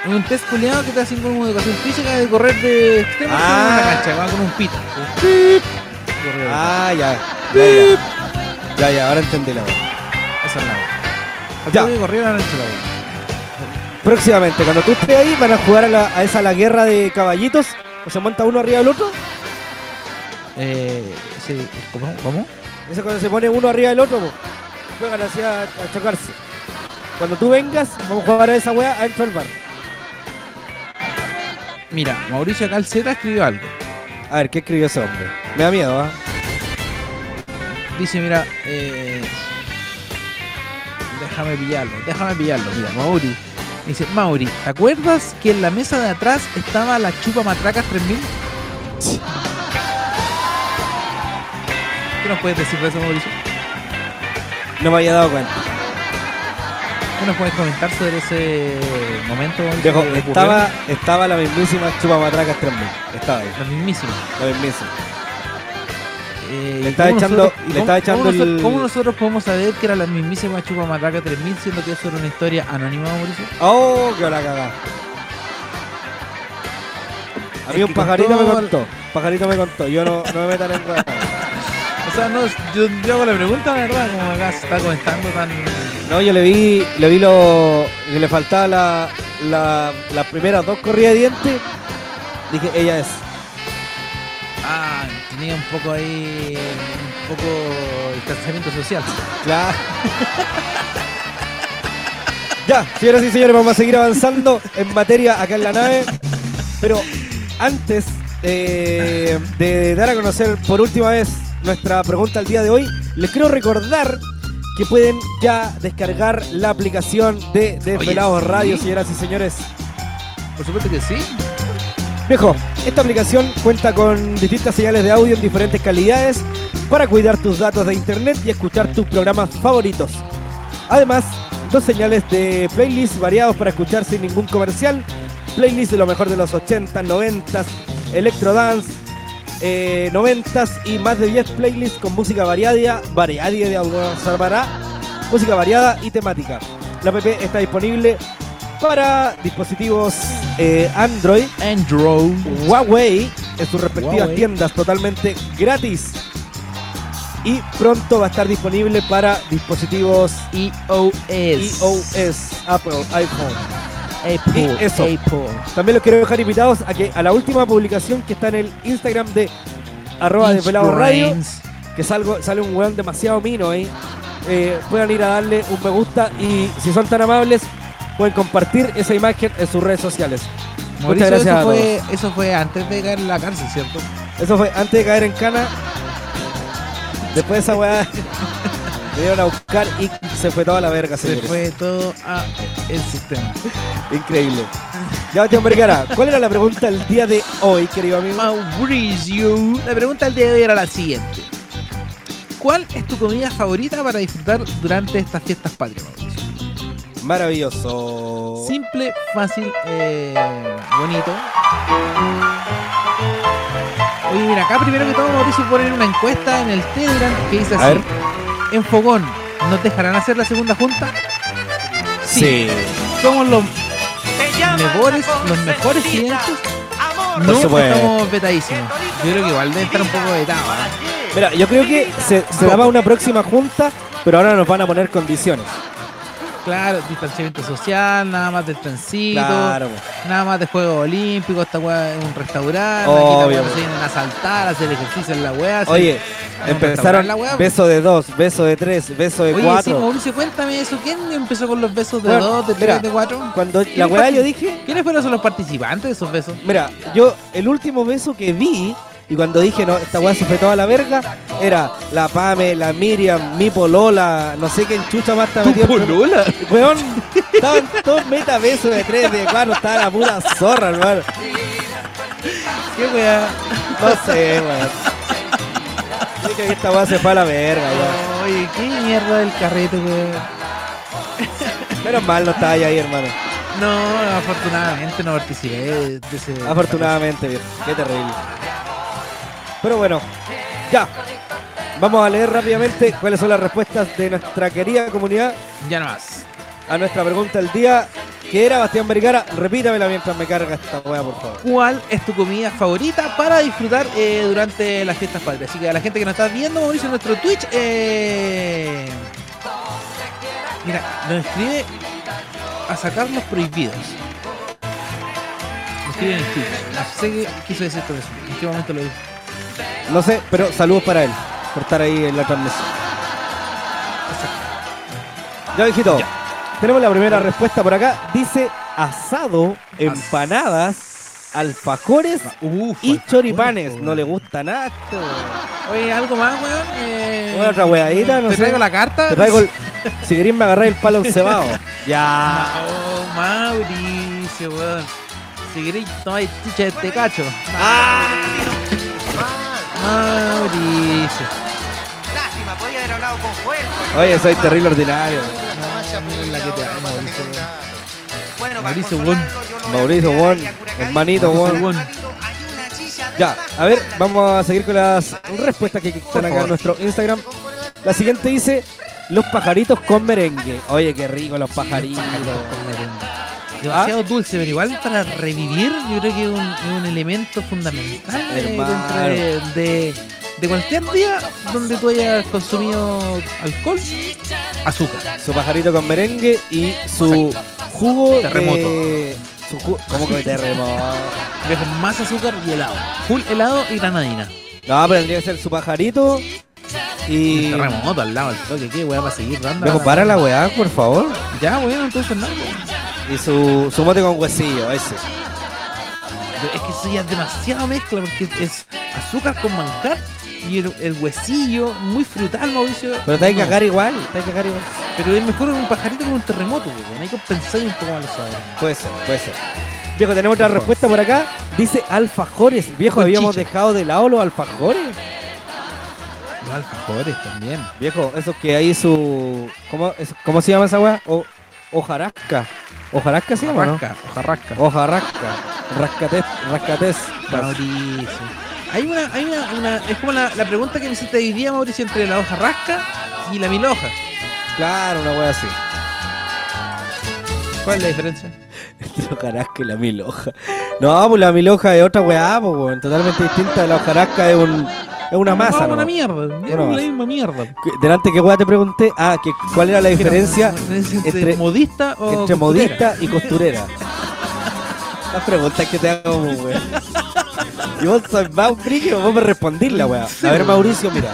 S3: Un test culiado que te hacen como educación física de correr de extremo
S2: Ah.
S3: a extremo en la cancha, va con un pito. Correr.
S2: Ah, ya. Ya, ya. Ya, ya, ahora entendí la weá.
S3: Esa es la weá.
S2: Ya.
S3: Faltó que corrieran entre la weá.
S2: Próximamente, cuando tú estés ahí, van a jugar a, la- a esa la guerra de caballitos. O se monta uno arriba del otro.
S3: Eh, sí, ¿cómo? ¿Cómo?
S2: Eso cuando se pone uno arriba del otro, po. juegan así a, a chocarse. Cuando tú vengas, vamos a jugar a esa weá adentro del bar.
S3: Mira, Mauricio Calceta escribió algo.
S2: A ver, ¿qué escribió ese hombre? Me da miedo, ¿ah?
S3: Dice, mira, eh, déjame pillarlo, déjame pillarlo, mira, Mauri. Dice, Mauri, ¿te acuerdas que en la mesa de atrás estaba la chupa matracas 3000? ¿Qué nos puedes decir de eso, Mauricio?
S2: No me había dado cuenta.
S3: ¿Qué nos puedes comentar sobre ese momento? Mauricio,
S2: Viejo,
S3: que ocurrió?
S2: estaba, estaba la mismísima chupamatracas 3000. Estaba ahí,
S3: La mismísima.
S2: la mismísima.
S3: Eh,
S2: Le
S3: ¿y
S2: estaba
S3: cómo
S2: echando-
S3: nosotros- y
S2: le
S3: cómo-
S2: estaba echando
S3: cómo noso-
S2: el-
S3: ¿Cómo nosotros podemos saber que era la mismísima chupa matraca 3000 siendo que eso era una historia anónima, Mauricio?
S2: ¡Oh, qué hora cagada! A
S3: Es
S2: mí un
S3: que
S2: pajarito me
S3: contó-
S2: contó. Pajarito me contó. Yo no, no me metan en weá.
S3: O sea, no, yo, yo hago la pregunta, la verdad, como acá se está comentando tan...
S2: No, yo le vi, le vi lo que le faltaba la, la, las primeras dos corridas de dientes. Dije, ella es.
S3: Ah, tenía un poco ahí, un poco distanciamiento social.
S2: Claro. ya, señoras y señores, vamos a seguir avanzando en materia acá en la nave. Pero antes eh, de dar a conocer por última vez nuestra pregunta al día de hoy, les quiero recordar que pueden ya descargar la aplicación de Desvelados
S3: sí.
S2: Radio, señoras y señores.
S3: Por supuesto que sí.
S2: Viejo, esta aplicación cuenta con distintas señales de audio en diferentes calidades para cuidar tus datos de internet y escuchar tus programas favoritos. Además, dos señales de playlist variados para escuchar sin ningún comercial. Playlist de lo mejor de los 80, 90, electro dance, eh, 90 y más de 10 playlists con música variada, variada de audio, salvará, música variada y temática. La app está disponible para dispositivos eh, Android
S3: Andrew.
S2: Huawei en sus respectivas
S3: Huawei.
S2: tiendas totalmente gratis. Y pronto va a estar disponible para dispositivos
S3: EOS.
S2: iOS, Apple, iPhone.
S3: Apple.
S2: Y eso.
S3: Apple.
S2: También los quiero dejar invitados a que a la última publicación que está en el Instagram de arroba desvelado radio,
S3: Brains.
S2: que salgo, sale un weón demasiado mino ahí. eh, puedan ir a darle un me gusta y si son tan amables, pueden compartir esa imagen en sus redes sociales.
S3: Mauricio,
S2: gracias a
S3: eso fue, eso fue antes de caer en la cárcel, ¿cierto?
S2: Eso fue antes de caer en cana. Después de esa weá me dieron a buscar y se fue toda la verga,
S3: Se
S2: señores.
S3: fue todo a el sistema.
S2: Increíble. Ya, Bastián Vergara, ¿cuál era la pregunta del día de hoy, querido amigo?
S3: Mauricio. La pregunta del día de hoy era la siguiente. ¿Cuál es tu comida favorita para disfrutar durante estas fiestas patrias, Mauricio?
S2: Maravilloso.
S3: Simple, fácil, eh, bonito. Oye, mira, acá primero que todo Mauricio pone una encuesta en el Telegram que dice
S2: A
S3: así.
S2: ver.
S3: En Fogón, ¿nos dejarán hacer la segunda junta?
S2: Sí.
S3: Somos los mejores, los mejores clientes. No,
S2: supuesto.
S3: estamos vetadísimos. Yo creo que igual debe estar un poco vetado. ¿eh?
S2: Mira, yo creo que se, se daba una próxima junta, pero ahora nos van a poner condiciones.
S3: Ah, Claro, distanciamiento social, nada más del trencito,
S2: Claro. po.
S3: nada más de juegos olímpicos, esta weá es un restaurante, aquí
S2: Obvio,
S3: la weá
S2: po.
S3: se vienen a saltar, a hacer ejercicio en la weá. se-
S2: Oye,
S3: a restaurar
S2: empezaron
S3: la weá.
S2: beso de dos, beso de tres, beso de
S3: Oye, sí,
S2: cuatro.
S3: Mauricio, cuéntame eso, ¿quién empezó con los besos de
S2: Bueno,
S3: dos, de
S2: mira,
S3: tres, de cuatro?
S2: Cuando la
S3: ¿Quiénes
S2: weá
S3: parti-
S2: yo dije,
S3: ¿Quiénes fueron los participantes de esos besos?
S2: Mira, yo el último beso que vi y cuando dije, no, esta weá se fue toda la verga, era la Pame, la Miriam, mi polola, no sé quién chucha más estaba metido.
S3: polola?
S2: Weón, estaban todos meta besos de tres, de cuatro, estaba la pura zorra, hermano.
S3: ¿Qué weá?
S2: No sé, weón. Dije que esta weá se fue a la verga, weón.
S3: Oye, qué mierda del carrete, weón.
S2: Menos mal no estaba ahí, ahí, hermano.
S3: No, afortunadamente no participé de ese...
S2: Afortunadamente, viejo. Qué terrible. Pero bueno, ya. Vamos a leer rápidamente cuáles son las respuestas de nuestra querida comunidad
S3: Ya nomás.
S2: a nuestra pregunta del día, que era Bastián Vergara. Repítamela mientras me carga esta weá, por favor.
S3: ¿Cuál es tu comida favorita para disfrutar eh, durante las fiestas patrias? Así que a la gente que nos está viendo, Mauricio, en nuestro Twitch, eh, mira, nos escribe a sacar los prohibidos. Nos escribe en el Twitch. No sé qué quiso decir con eso. En qué momento lo dijo.
S2: No sé, pero saludos para él por estar ahí en la transmisión. Ya, hijito. Tenemos la primera respuesta por acá. Dice asado, empanadas, alfajores
S3: Uf,
S2: y
S3: alfajores, oh.
S2: choripanes.
S3: weón.
S2: No le gusta nada esto, weón.
S3: Oye, algo más, weón. Eh,
S2: Una otra weadita, no
S3: ¿Te
S2: sé.
S3: traigo la carta?
S2: Te traigo el- si querés me agarráis el palo encebado. ya.
S3: Oh, Mauricio, weón. Si queréis, tomáis chicha de este cacho. Mauricio.
S8: Lástima, podía haber hablado con fuerza.
S2: Oye, soy terrible ordinario.
S3: la que te amo, Mauricio, weón.
S8: Bueno,
S3: Mauricio
S8: para
S3: Won.
S8: consolarlo, yo lo
S2: Mauricio
S8: voy a
S2: Won,
S8: cuidar y a Curacaví.
S2: hermanito
S3: Mauricio
S2: Won.
S3: Won.
S2: Ya, a ver, vamos a seguir con las respuestas que están acá en nuestro Instagram. La siguiente dice, los pajaritos con merengue. Oye, qué rico los pajaritos.
S3: Demasiado dulce, pero igual para revivir, yo creo que es un, es un elemento fundamental eh, dentro
S2: Hermano.
S3: de, de- de cualquier día donde tú hayas consumido alcohol, azúcar.
S2: Su pajarito con merengue y su jugo
S3: Terremoto.
S2: de... Su ju- ¿Cómo que terremoto?
S3: Dejo más azúcar y helado. Full helado y granadina.
S2: No, pero tendría que ser su pajarito y...
S3: Terremoto al lado, el toque, qué weá va a seguir dando.
S2: Viejo, para la weá, por favor.
S3: Ya, bueno, entonces no. pues. weón.
S2: Y su, su mote con huesillo, ese.
S3: Es que eso ya es demasiado mezcla porque es azúcar con manjar y el, el huesillo muy frutal, Mauricio.
S2: Pero te hay que
S3: No,
S2: cagar igual, te hay que cagar igual.
S3: Pero es mejor un pajarito con un terremoto, weón. Hay que pensar un poco más los sabores.
S2: Puede ser, puede ser. Viejo, tenemos otra respuesta por acá. Dice alfajores. Viejo,
S3: Con
S2: habíamos
S3: chicha.
S2: dejado de lado los alfajores.
S3: Los alfajores también.
S2: Viejo, esos que hay su. ¿Cómo, es- cómo se llama esa weá? O, hojarasca. ¿Hojarasca se llama, no?
S3: Ojarrasca, ojarrasca.
S2: Hojarasca. Rascates, rascates.
S3: Mauricio. Hay una, hay una, una- es como la, la pregunta que me hiciste hoy día, Mauricio, entre la hoja rasca y la mil hojas.
S2: Claro, una weá así.
S3: ¿Cuál es la diferencia?
S2: Entre hojarasca y la miloja. No, pues la miloja es otra weá, pues, weón. Totalmente distinta. La hojarasca es un. Es una masa,
S3: no, una
S2: nomás.
S3: mierda. Es la
S2: masa.
S3: misma mierda.
S2: Que- Delante que weá te pregunté, ah, que cuál era la diferencia
S3: entre,
S2: entre-
S3: modista o
S2: entre
S3: costurera?
S2: modista y costurera. Las preguntas que te hago, pues, weón. Y vos sos más brillo, vos me respondís la weá. A ver, Mauricio, mira.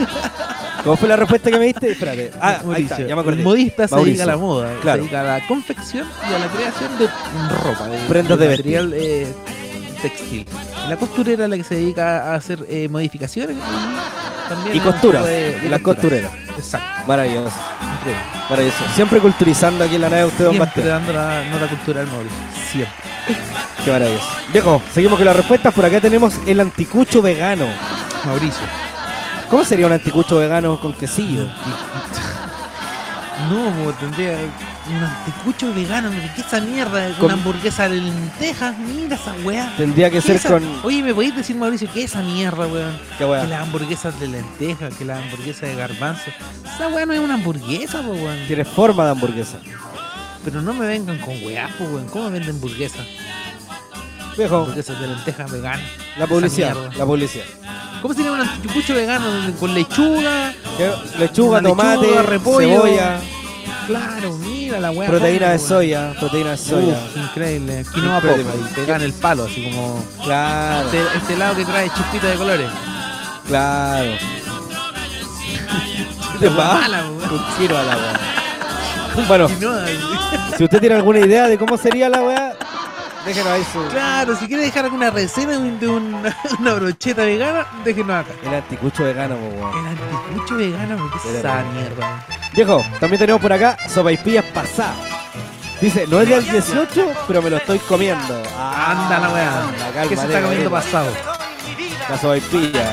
S2: ¿Cómo fue la respuesta que me diste? Espérate. Ah, ahí está,
S3: Mauricio,
S2: ya me acordé.
S3: El modista se
S2: Mauricio.
S3: dedica a la moda,
S2: Claro.
S3: se dedica a la confección y a la creación de ropa, de,
S2: Prendas de vestir.
S3: material eh, textil. La costurera es la que se dedica a hacer eh, modificaciones y también
S2: Y
S3: a un
S2: costuras,
S3: tipo de- de
S2: las
S3: costura.
S2: costureras.
S3: Exacto.
S2: Maravilloso.
S3: siempre.
S2: Maravilloso. Siempre culturizando aquí en la nave usted, don
S3: Siempre
S2: Bastián.
S3: dando la nota cultural, Mauricio. Siempre.
S2: Qué maravilloso. Viejo, seguimos con las respuestas. Por acá tenemos el anticucho vegano.
S3: Mauricio.
S2: ¿Cómo sería un anticucho vegano con quesillo?
S3: No, bo, tendría un anticucho vegano, mira, ¿qué esa mierda?
S2: Con-
S3: Una hamburguesa de lentejas, mira esa weá.
S2: Tendría que
S3: ¿Qué
S2: ser
S3: esa-
S2: con.
S3: Oye, ¿me podéis decir, Mauricio, qué es esa mierda, weón?
S2: Qué weá.
S3: Que las hamburguesas de lentejas, que las hamburguesas de garbanzo. Esa weá no es una hamburguesa, po, weón.
S2: Tiene forma de hamburguesa.
S3: Pero no me vengan con weá, po, weón. ¿Cómo venden hamburguesas?
S2: Viejo,
S3: Hamburguesas de lentejas veganas.
S2: la publicidad.
S3: mierda.
S2: La publicidad.
S3: ¿Cómo se llama un anticucho vegano? Con lechuga.
S2: Que- Lechuga,
S3: Una lechuga,
S2: tomate,
S3: repollo,
S2: cebolla,
S3: Claro, mira la weá.
S2: proteína
S3: joven,
S2: de
S3: po, weón.
S2: soya, proteína de soya.
S3: Uf, increíble. Quinoa
S2: Increíble.
S3: popa, y pegan el palo, así como
S2: Claro,
S3: este, este lado que trae chispitas de colores.
S2: claro. ¿Qué te
S3: La
S2: pasa?
S3: mala, weón.
S2: Un tiro a la weá. Bueno,
S3: Quinoa, güey.
S2: si usted tiene alguna idea de cómo sería la weá, déjenos ahí su.
S3: Claro, si quiere dejar alguna receta de, un- de un- una brocheta vegana, déjenos acá.
S2: El anticucho vegano, po, weón.
S3: El anticucho vegano, güey, ¿qué es esa mierda?
S2: Viejo, también tenemos por acá sopaipillas pasadas. Dice, no es del 18, pero me lo estoy comiendo.
S3: Anda la
S2: Anda,
S3: weá.
S2: calma,
S3: ¿Qué se está
S2: nena,
S3: comiendo
S2: nena.
S3: pasado?
S2: La sopaipilla.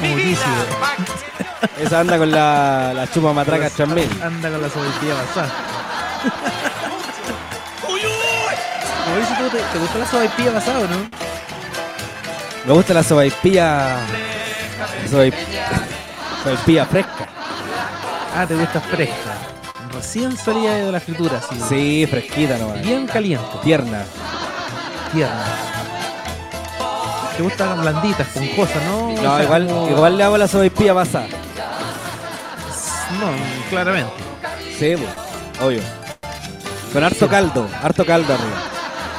S3: Buenísimo.
S2: Esa anda con la, la chupa matraca 3000.
S3: Anda con la sopaipilla pasada. Mauricio, ¿tú te, te gusta la sopaipilla pasada o no?
S2: Me gusta la sopaipilla. Soy. Sopaipilla fresca.
S3: Ah, te gusta fresca. Recién salida de la fritura, así.
S2: Sí, fresquita nomás.
S3: Bien caliente.
S2: Tierna.
S3: tiernas. Te gustan blanditas, esponjosas, ¿no? O
S2: No,
S3: sea,
S2: igual,
S3: como-
S2: igual le hago la sopaipilla pasada.
S3: No, claramente.
S2: Sí, pues, obvio. Con harto caldo, harto caldo arriba.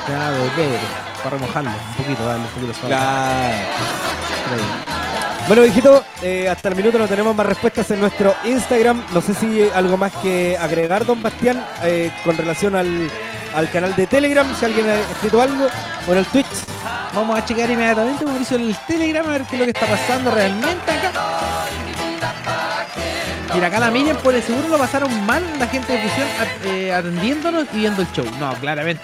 S3: Claro, de pebre, Para remojarlo un poquito, darle un poquito suave.
S2: Claro. Bueno, viejito, eh, hasta el minuto no tenemos más respuestas en nuestro Instagram. No sé si eh, algo más que agregar, don Bastián, eh, con relación al, al canal de Telegram, si alguien ha escrito algo, o en el Twitch.
S3: Vamos a checar inmediatamente, Mauricio, en el Telegram a ver qué es lo que está pasando realmente acá. Mira, acá la Miriam por el seguro lo pasaron mal la gente de fusión at- eh, atendiéndonos y viendo el show. No, claramente.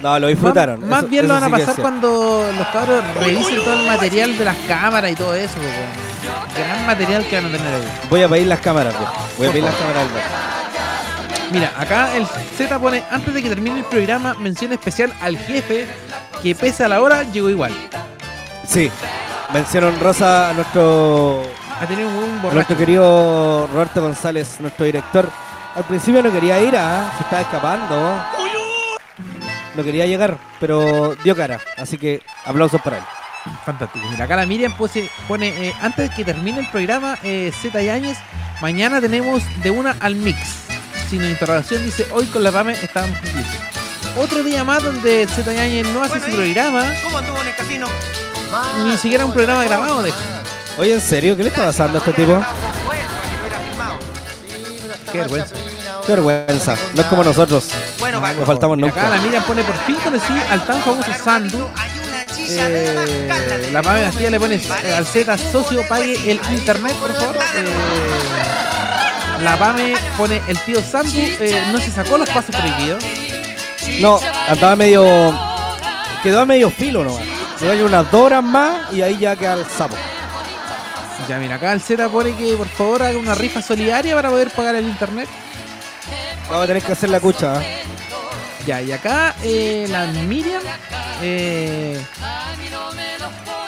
S2: No, lo disfrutaron.
S3: Más, más
S2: Eso-
S3: bien
S2: eso
S3: lo van a
S2: sí que es
S3: pasar
S2: cierto.
S3: cuando los cabros revisen todo el material de las cámaras y todo eso. porque Gran material que van a tener ahí.
S2: Voy a pedir las cámaras, viejo. Voy a
S3: Por
S2: pedir las
S3: favor.
S2: cámaras. del bar.
S3: Mira, acá el Z pone, antes de que termine el programa, mención especial al jefe que pese a la hora llegó igual.
S2: Sí. Mencionó Rosa a nuestro,
S3: Ha tenido un
S2: a
S3: borracho.
S2: nuestro querido Roberto González, nuestro director. Al principio no quería ir, ¿ah? se estaba escapando. No quería llegar, pero dio cara. Así que aplausos para él.
S3: Fantástico. Mira, acá la Miriam pose- pone, eh, antes de que termine el programa, eh, Z Yáñez, mañana tenemos de una al mix. Sin interrogación, dice, hoy con la Rame estábamos listos. Otro día más donde Z Yáñez no hace su programa.
S8: ¿Cómo anduvo en el casino? Ah,
S3: Ni siquiera un programa grabado de
S2: Oye, ¿en serio? ¿Qué le está pasando a este tipo?
S3: Qué vergüenza.
S2: Qué vergüenza. No es como nosotros.
S8: Bueno, va.
S2: Nos faltamos
S3: Acá la
S2: nunca.
S3: mira pone por fin conocí al tan famoso Sandu. Eh, la Pame García le pone eh, al Z socio pague el internet, por favor. Eh, la Pame pone el tío Sandu eh, no se sacó los pasos prohibidos.
S2: No, andaba medio. Quedó a medio filo nomás. Se dañó unas dos horas más y ahí ya queda el sapo.
S3: Ya mira, acá el Z pone que por favor haga una rifa solidaria para poder pagar el internet.
S2: Vamos a tener que hacer la cucha. ¿ah?
S3: Ya, y acá eh, la Miriam eh,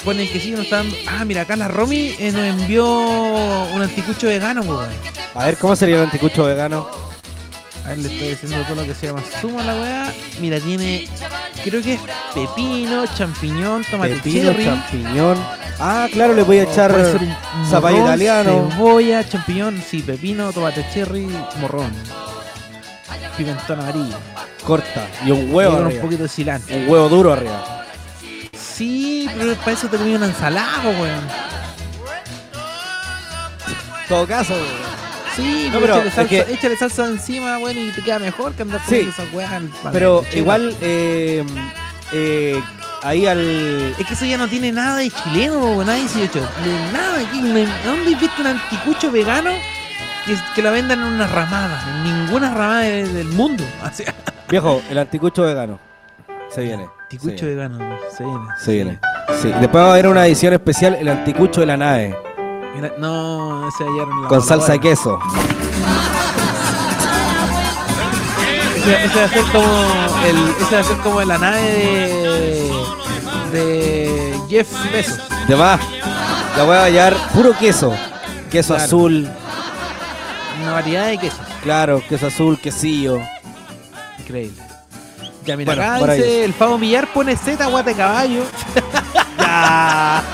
S3: pone que sí, no están. Ah, mira, acá la Romy eh, nos envió un anticucho vegano, pues, weón.
S2: A ver, ¿cómo sería el anticucho vegano?
S3: A ver, le estoy diciendo todo lo que se llama suma la weá. Mira, tiene, creo que es pepino, champiñón, tomate
S2: Pepino,
S3: cherry.
S2: champiñón. Ah, claro, le voy a echar
S3: puede ser un
S2: zapallo
S3: morrón,
S2: italiano.
S3: Cebolla, champiñón, sí, pepino, tomate cherry, morrón. Pimentón amarillo.
S2: corta y un
S3: Y
S2: huevo
S3: con un
S2: arriba.
S3: poquito de cilantro.
S2: Un huevo duro arriba.
S3: Sí, pero para eso te comí una ensalada, po, weón.
S2: En todo caso, weón.
S3: Sí,
S2: No,
S3: pero,
S2: pero
S3: échale,
S2: es
S3: salsa,
S2: que-
S3: échale salsa encima, bueno, y te queda mejor que andar
S2: Sí,
S3: comiendo esas weas al pan.
S2: Pero
S3: Chico.
S2: igual, eh, eh, ahí al.
S3: Es que eso ya no tiene nada de chileno, po, nada de 18. De nada, aquí, ¿de ¿dónde viste un anticucho vegano que, que la vendan en una ramada, en ninguna ramada de- del mundo. Así,
S2: Viejo, el anticucho vegano. Se viene.
S3: ticucho
S2: se viene.
S3: vegano, se viene.
S2: Se viene. Sí. Después va a haber una edición especial, el anticucho de la nave.
S3: Mira, No, se hallaron la
S2: Con salsa de
S3: que
S2: queso.
S3: Ese, ese va a ser como el, ese va a ser como la nave de, de Jeff Bezos.
S2: De más. La voy a hallar puro queso. Queso
S3: Claro.
S2: azul,
S3: Una variedad de quesos.
S2: claro, queso azul, quesillo.
S3: Increíble. Ya mira,
S2: Bueno,
S3: acá
S2: maravilloso.
S3: dice el Fabo Millar pone Z guata de caballo.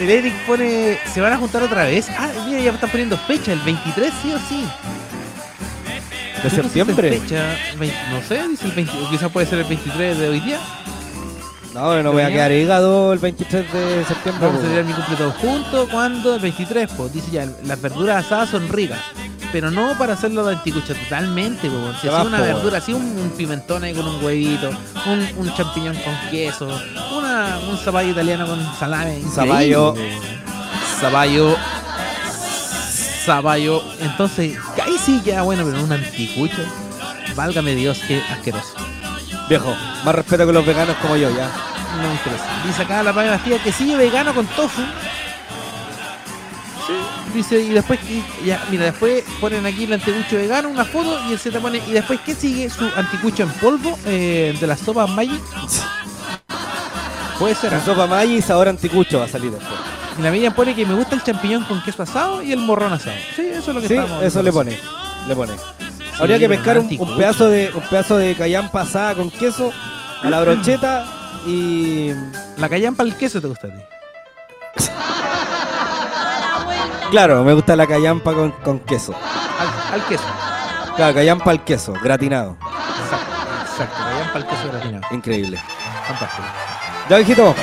S3: El Eric pone. ¿Se van a juntar otra vez? Ah, mira, ya están poniendo fecha, el 23 sí o sí.
S2: ¿De
S3: Yo no sé si
S2: septiembre?
S3: fecha, vein- no sé, dice el 20, o quizás puede ser el 23 de hoy día.
S2: No, no voy a
S3: Tenía-
S2: quedar hígado el 23 de septiembre.
S3: Vamos a
S2: pues.
S3: celebrar mi cumple todos juntos. ¿Cuándo? El 23, po. Dice ya, las verduras asadas son ricas. Pero no para hacerlo de anticucho, totalmente, po. Si
S2: Te
S3: hacía
S2: vas,
S3: una
S2: po.
S3: verdura, así un, un pimentón ahí con un huevito, un, un champiñón con queso, una, un zapallo italiano con salame.
S2: Zapallo.
S3: increíble, po. Zapallo. Zapallo. Entonces, ahí sí ya, bueno, pero un anticucho. Válgame Dios, qué asqueroso.
S2: Viejo, más respeto que los veganos como yo, ya.
S3: No me interesa. Dice acá la Pame Bastida que sigue vegano con tofu. Dice, y después, y- ya, mira, después ponen aquí el anticucho vegano, una foto, y el Z pone, y después, ¿qué sigue? Su anticucho en polvo eh, de las sopas Magic. Puede ser. ¿eh?
S2: La sopa Maggi y sabor anticucho va a salir después.
S3: Y la Miriam pone que me gusta el champiñón con queso asado y el morrón asado. Sí, eso es lo que
S2: Sí,
S3: estábamos
S2: eso
S3: hablando
S2: le
S3: recién.
S2: pone. Le pone. Habría que
S3: pero
S2: pescar un,
S3: anticucho.
S2: un pedazo de un pedazo de cayán pasada con queso a la brocheta y
S3: La callan para el queso te gusta a ti.
S2: claro, me gusta la callampa con, con queso.
S3: Al, al queso.
S2: Claro, callampa al queso, gratinado.
S3: Exacto, exacto. Callan para el queso gratinado.
S2: Increíble.
S3: Fantástico.
S2: Ya, viejito.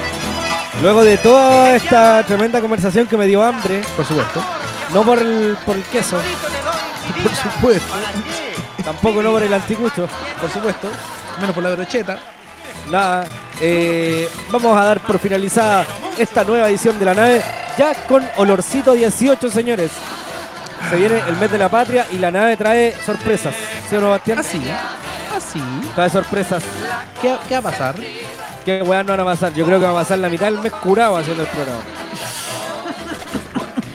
S2: Luego de toda esta tremenda conversación que me dio hambre,
S3: Por supuesto.
S2: no por el, por el queso,
S3: Por supuesto.
S2: tampoco no por el anticucho,
S3: Por supuesto. Menos por la brocheta.
S2: nada. eh, vamos a dar por finalizada esta nueva edición de la nave, ya con olorcito 18, señores. Se viene el mes de la patria y la nave trae sorpresas. ¿Sí o no, Bastián?
S3: Así, así.
S2: Trae sorpresas.
S3: ¿Qué, qué va a pasar?
S2: ¿Qué weas no van a pasar? Yo creo que va a pasar la mitad del mes curado haciendo el programa.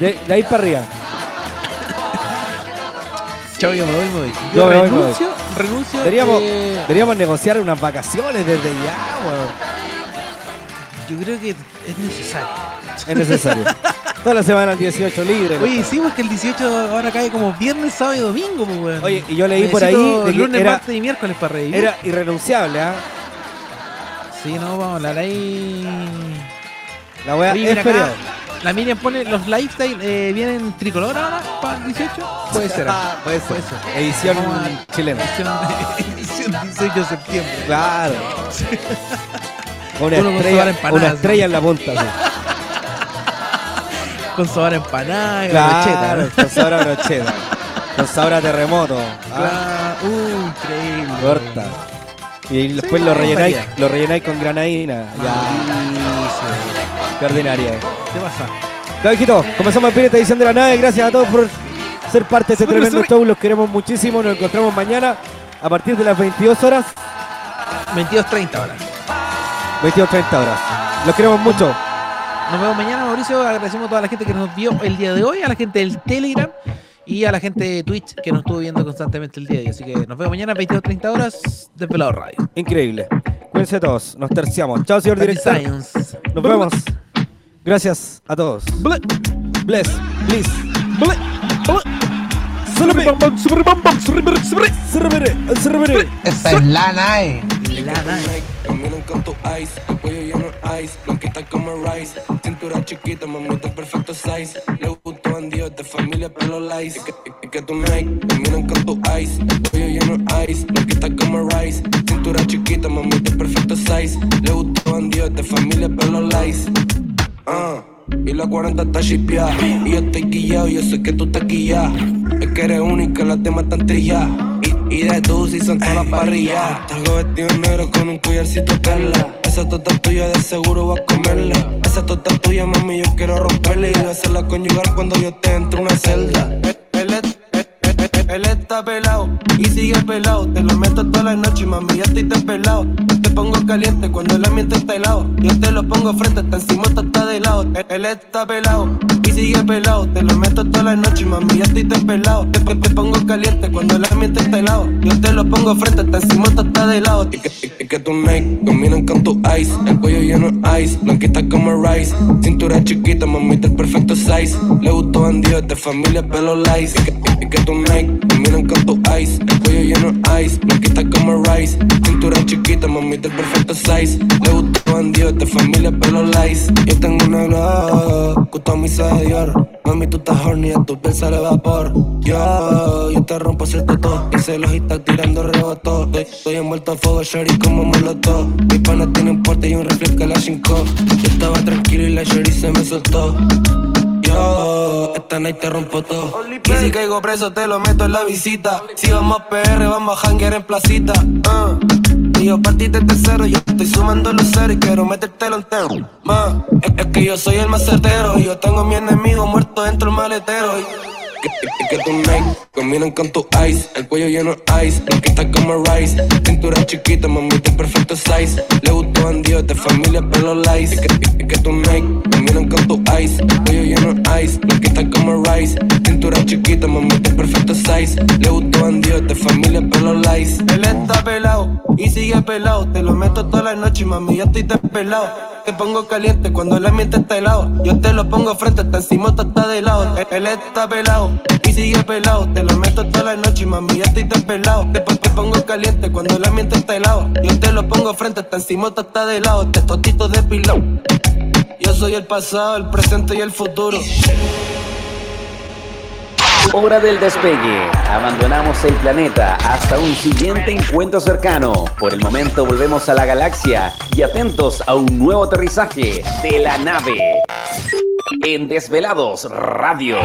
S2: De, de ahí para arriba.
S3: Chao, yo me voy, me voy.
S2: Yo me voy, me
S3: renuncio, renuncio.
S2: Deberíamos,
S3: eh,
S2: deberíamos negociar unas vacaciones desde ya, weón.
S3: yo creo que es necesario.
S2: Es necesario. Toda la semana el 18 libre.
S3: Oye, sí, porque el 18 ahora cae como viernes, sábado y domingo, pues, weón.
S2: Oye, y yo leí por
S3: Necesito
S2: ahí de que
S3: lunes,
S2: era-
S3: martes y miércoles para revivir.
S2: Era irrenunciable, ¿ah?
S3: Sí, no, vamos a hablar ahí.
S2: La wea
S3: Oye,
S2: es
S3: mira acá,
S2: feriado.
S3: La Miriam pone los lifestyle, eh, vienen tricolor ahora para el 18. Puede ser.
S2: Ah, puede ser.
S3: Puede ser.
S2: Edición
S3: Vamos a-
S2: chilena.
S3: Edición 18 de septiembre.
S2: Claro. Con Una
S3: Uno con toda la
S2: estrella,
S3: empanada,
S2: una
S3: sí.
S2: estrella en la punta. sí.
S3: Con sabor a empanada, y brocheta.
S2: Claro,
S3: ¿no?
S2: con sabor a brocheta. Con sabor a terremoto. Ah,
S3: Claro, uh, increíble.
S2: corta. Y después lo
S3: no,
S2: rellenáis,
S3: varía.
S2: lo rellenáis con granadina. Ya,
S3: Malísimo.
S2: qué ordinaria. eh.
S3: ¿Qué pasa?
S2: Ya, hijito, comenzamos a esta edición de la nave. Gracias a todos por ser parte de este
S3: Sube,
S2: tremendo
S3: sube.
S2: show. Los queremos muchísimo. Nos encontramos mañana a partir de las 22 horas,
S3: 22.30 ahora.
S2: 22.30 horas. Los queremos mucho.
S3: Nos vemos mañana, Mauricio. Agradecemos a toda la gente que nos vio el día de hoy, a la gente del Telegram y a la gente de Twitch que nos estuvo viendo constantemente el día de hoy. Así que nos vemos mañana, 22.30 horas, Desvelado Radio.
S2: Increíble. Cuídense todos. Nos terciamos. Chao, señor
S3: Happy
S2: director.
S3: Science.
S2: Nos vemos. Gracias a todos.
S3: Blah,
S2: Bless, please.
S3: blah, blah.
S2: Sirve. Sirve, sirve.
S9: Esta es la E. nave.
S3: La E. nave.
S5: A mí me encanta ice, el cuello lleno de ice, blanquita como rice, cintura chiquita, mamita perfecto size, le gusto bandido de familia pero los lies, y que, y que tú Nike, a mí me encanta ice, el cuello lleno de ice, blanquita como rice, cintura chiquita, mamita perfecto size, le gusto bandido de familia pero los lies. Ah, y la 40 está shipeada. Y yo estoy quillado, yo sé que tú estás quillada. Es que eres única, las demás están trilladas. Y y de tú si son todas parrillas. Tengo vestido en negro con un collarcito de perla. Esa tota tuya de seguro va a comerla. Esa tota tuya, mami, yo quiero romperla y hacerla conyugar cuando yo te entre una celda. Él- él es- él- él- él- Él está pelado y sigue pelado. Te lo meto toda la noche, mami, ya estoy despelado. Yo te pongo caliente cuando el ambiente está helado. Yo te lo pongo frente, está encima, está, está de lado. Él, él está pelado y sigue pelado. Te lo meto toda la noche, mami, ya estoy despelado. Te, te, te pongo caliente cuando el ambiente está helado. Yo te lo pongo frente, está encima, está, está de lado. Y que, y- y que tu Nike combinan con tu ice. El cuello lleno de ice, blanquita como rice. Cintura chiquita, mamita, el perfecto size. Le gustó bandido de familia, pelo lice. Y que, y- y que tu Nike combinan con tu ice. El cuello lleno de ice, blanquita como rice. Cintura chiquita, mamita, el perfecto size. Le gustó bandido de familia, pelo lice. Yo tengo una glow, customiza de Dior. Mami, tú estás horny, a tu piel sale vapor. Yo, yo te rompo ese toto. Ese los está tirando reboto. Estoy, estoy envuelto a fuego, shorty, como molotov. Mis panas tienen porte y un reflejo que la chincó. Yo estaba tranquilo y la shorty se me soltó. Yo, esta night te rompo todo. Y si caigo preso, te lo meto en la visita. Si vamos a PR, vamos a hangar en placita. ah. Y yo partí de tercero, yo estoy sumando los ceros y quiero metértelo entero. Ma, es, es que yo soy el más certero. y Yo tengo a mi enemigo muerto dentro del maletero. y- que, que, que tu Nike combinan con tu ice, el cuello lleno de ice, blanquita como rice, cintura chiquita, mamita perfecto size, le gustó bandido de familia pelo lice, que, que, que tu Nike combinan con tu ice, el cuello lleno de ice, blanquita como rice, cintura chiquita, mamita perfecto size, le gustó bandido de familia pelo lice, él está pelado y sigue pelado, te lo meto toda la noche, mami, ya estoy despelado. Te pongo caliente cuando el ambiente está helado. Yo te lo pongo frente, está encima, está, está de lado. Él, él está pelado y sigue pelado. Te lo meto toda la noche, mami, ya estoy despelado. Te, te pongo caliente cuando el ambiente está helado. Yo te lo pongo frente, está encima, está, está de lado. Te totito despilado. Yo soy el pasado, el presente y el futuro.
S1: Hora del despegue. Abandonamos el planeta hasta un siguiente encuentro cercano. Por el momento volvemos a la galaxia y atentos a un nuevo aterrizaje de la nave. En Desvelados Radio.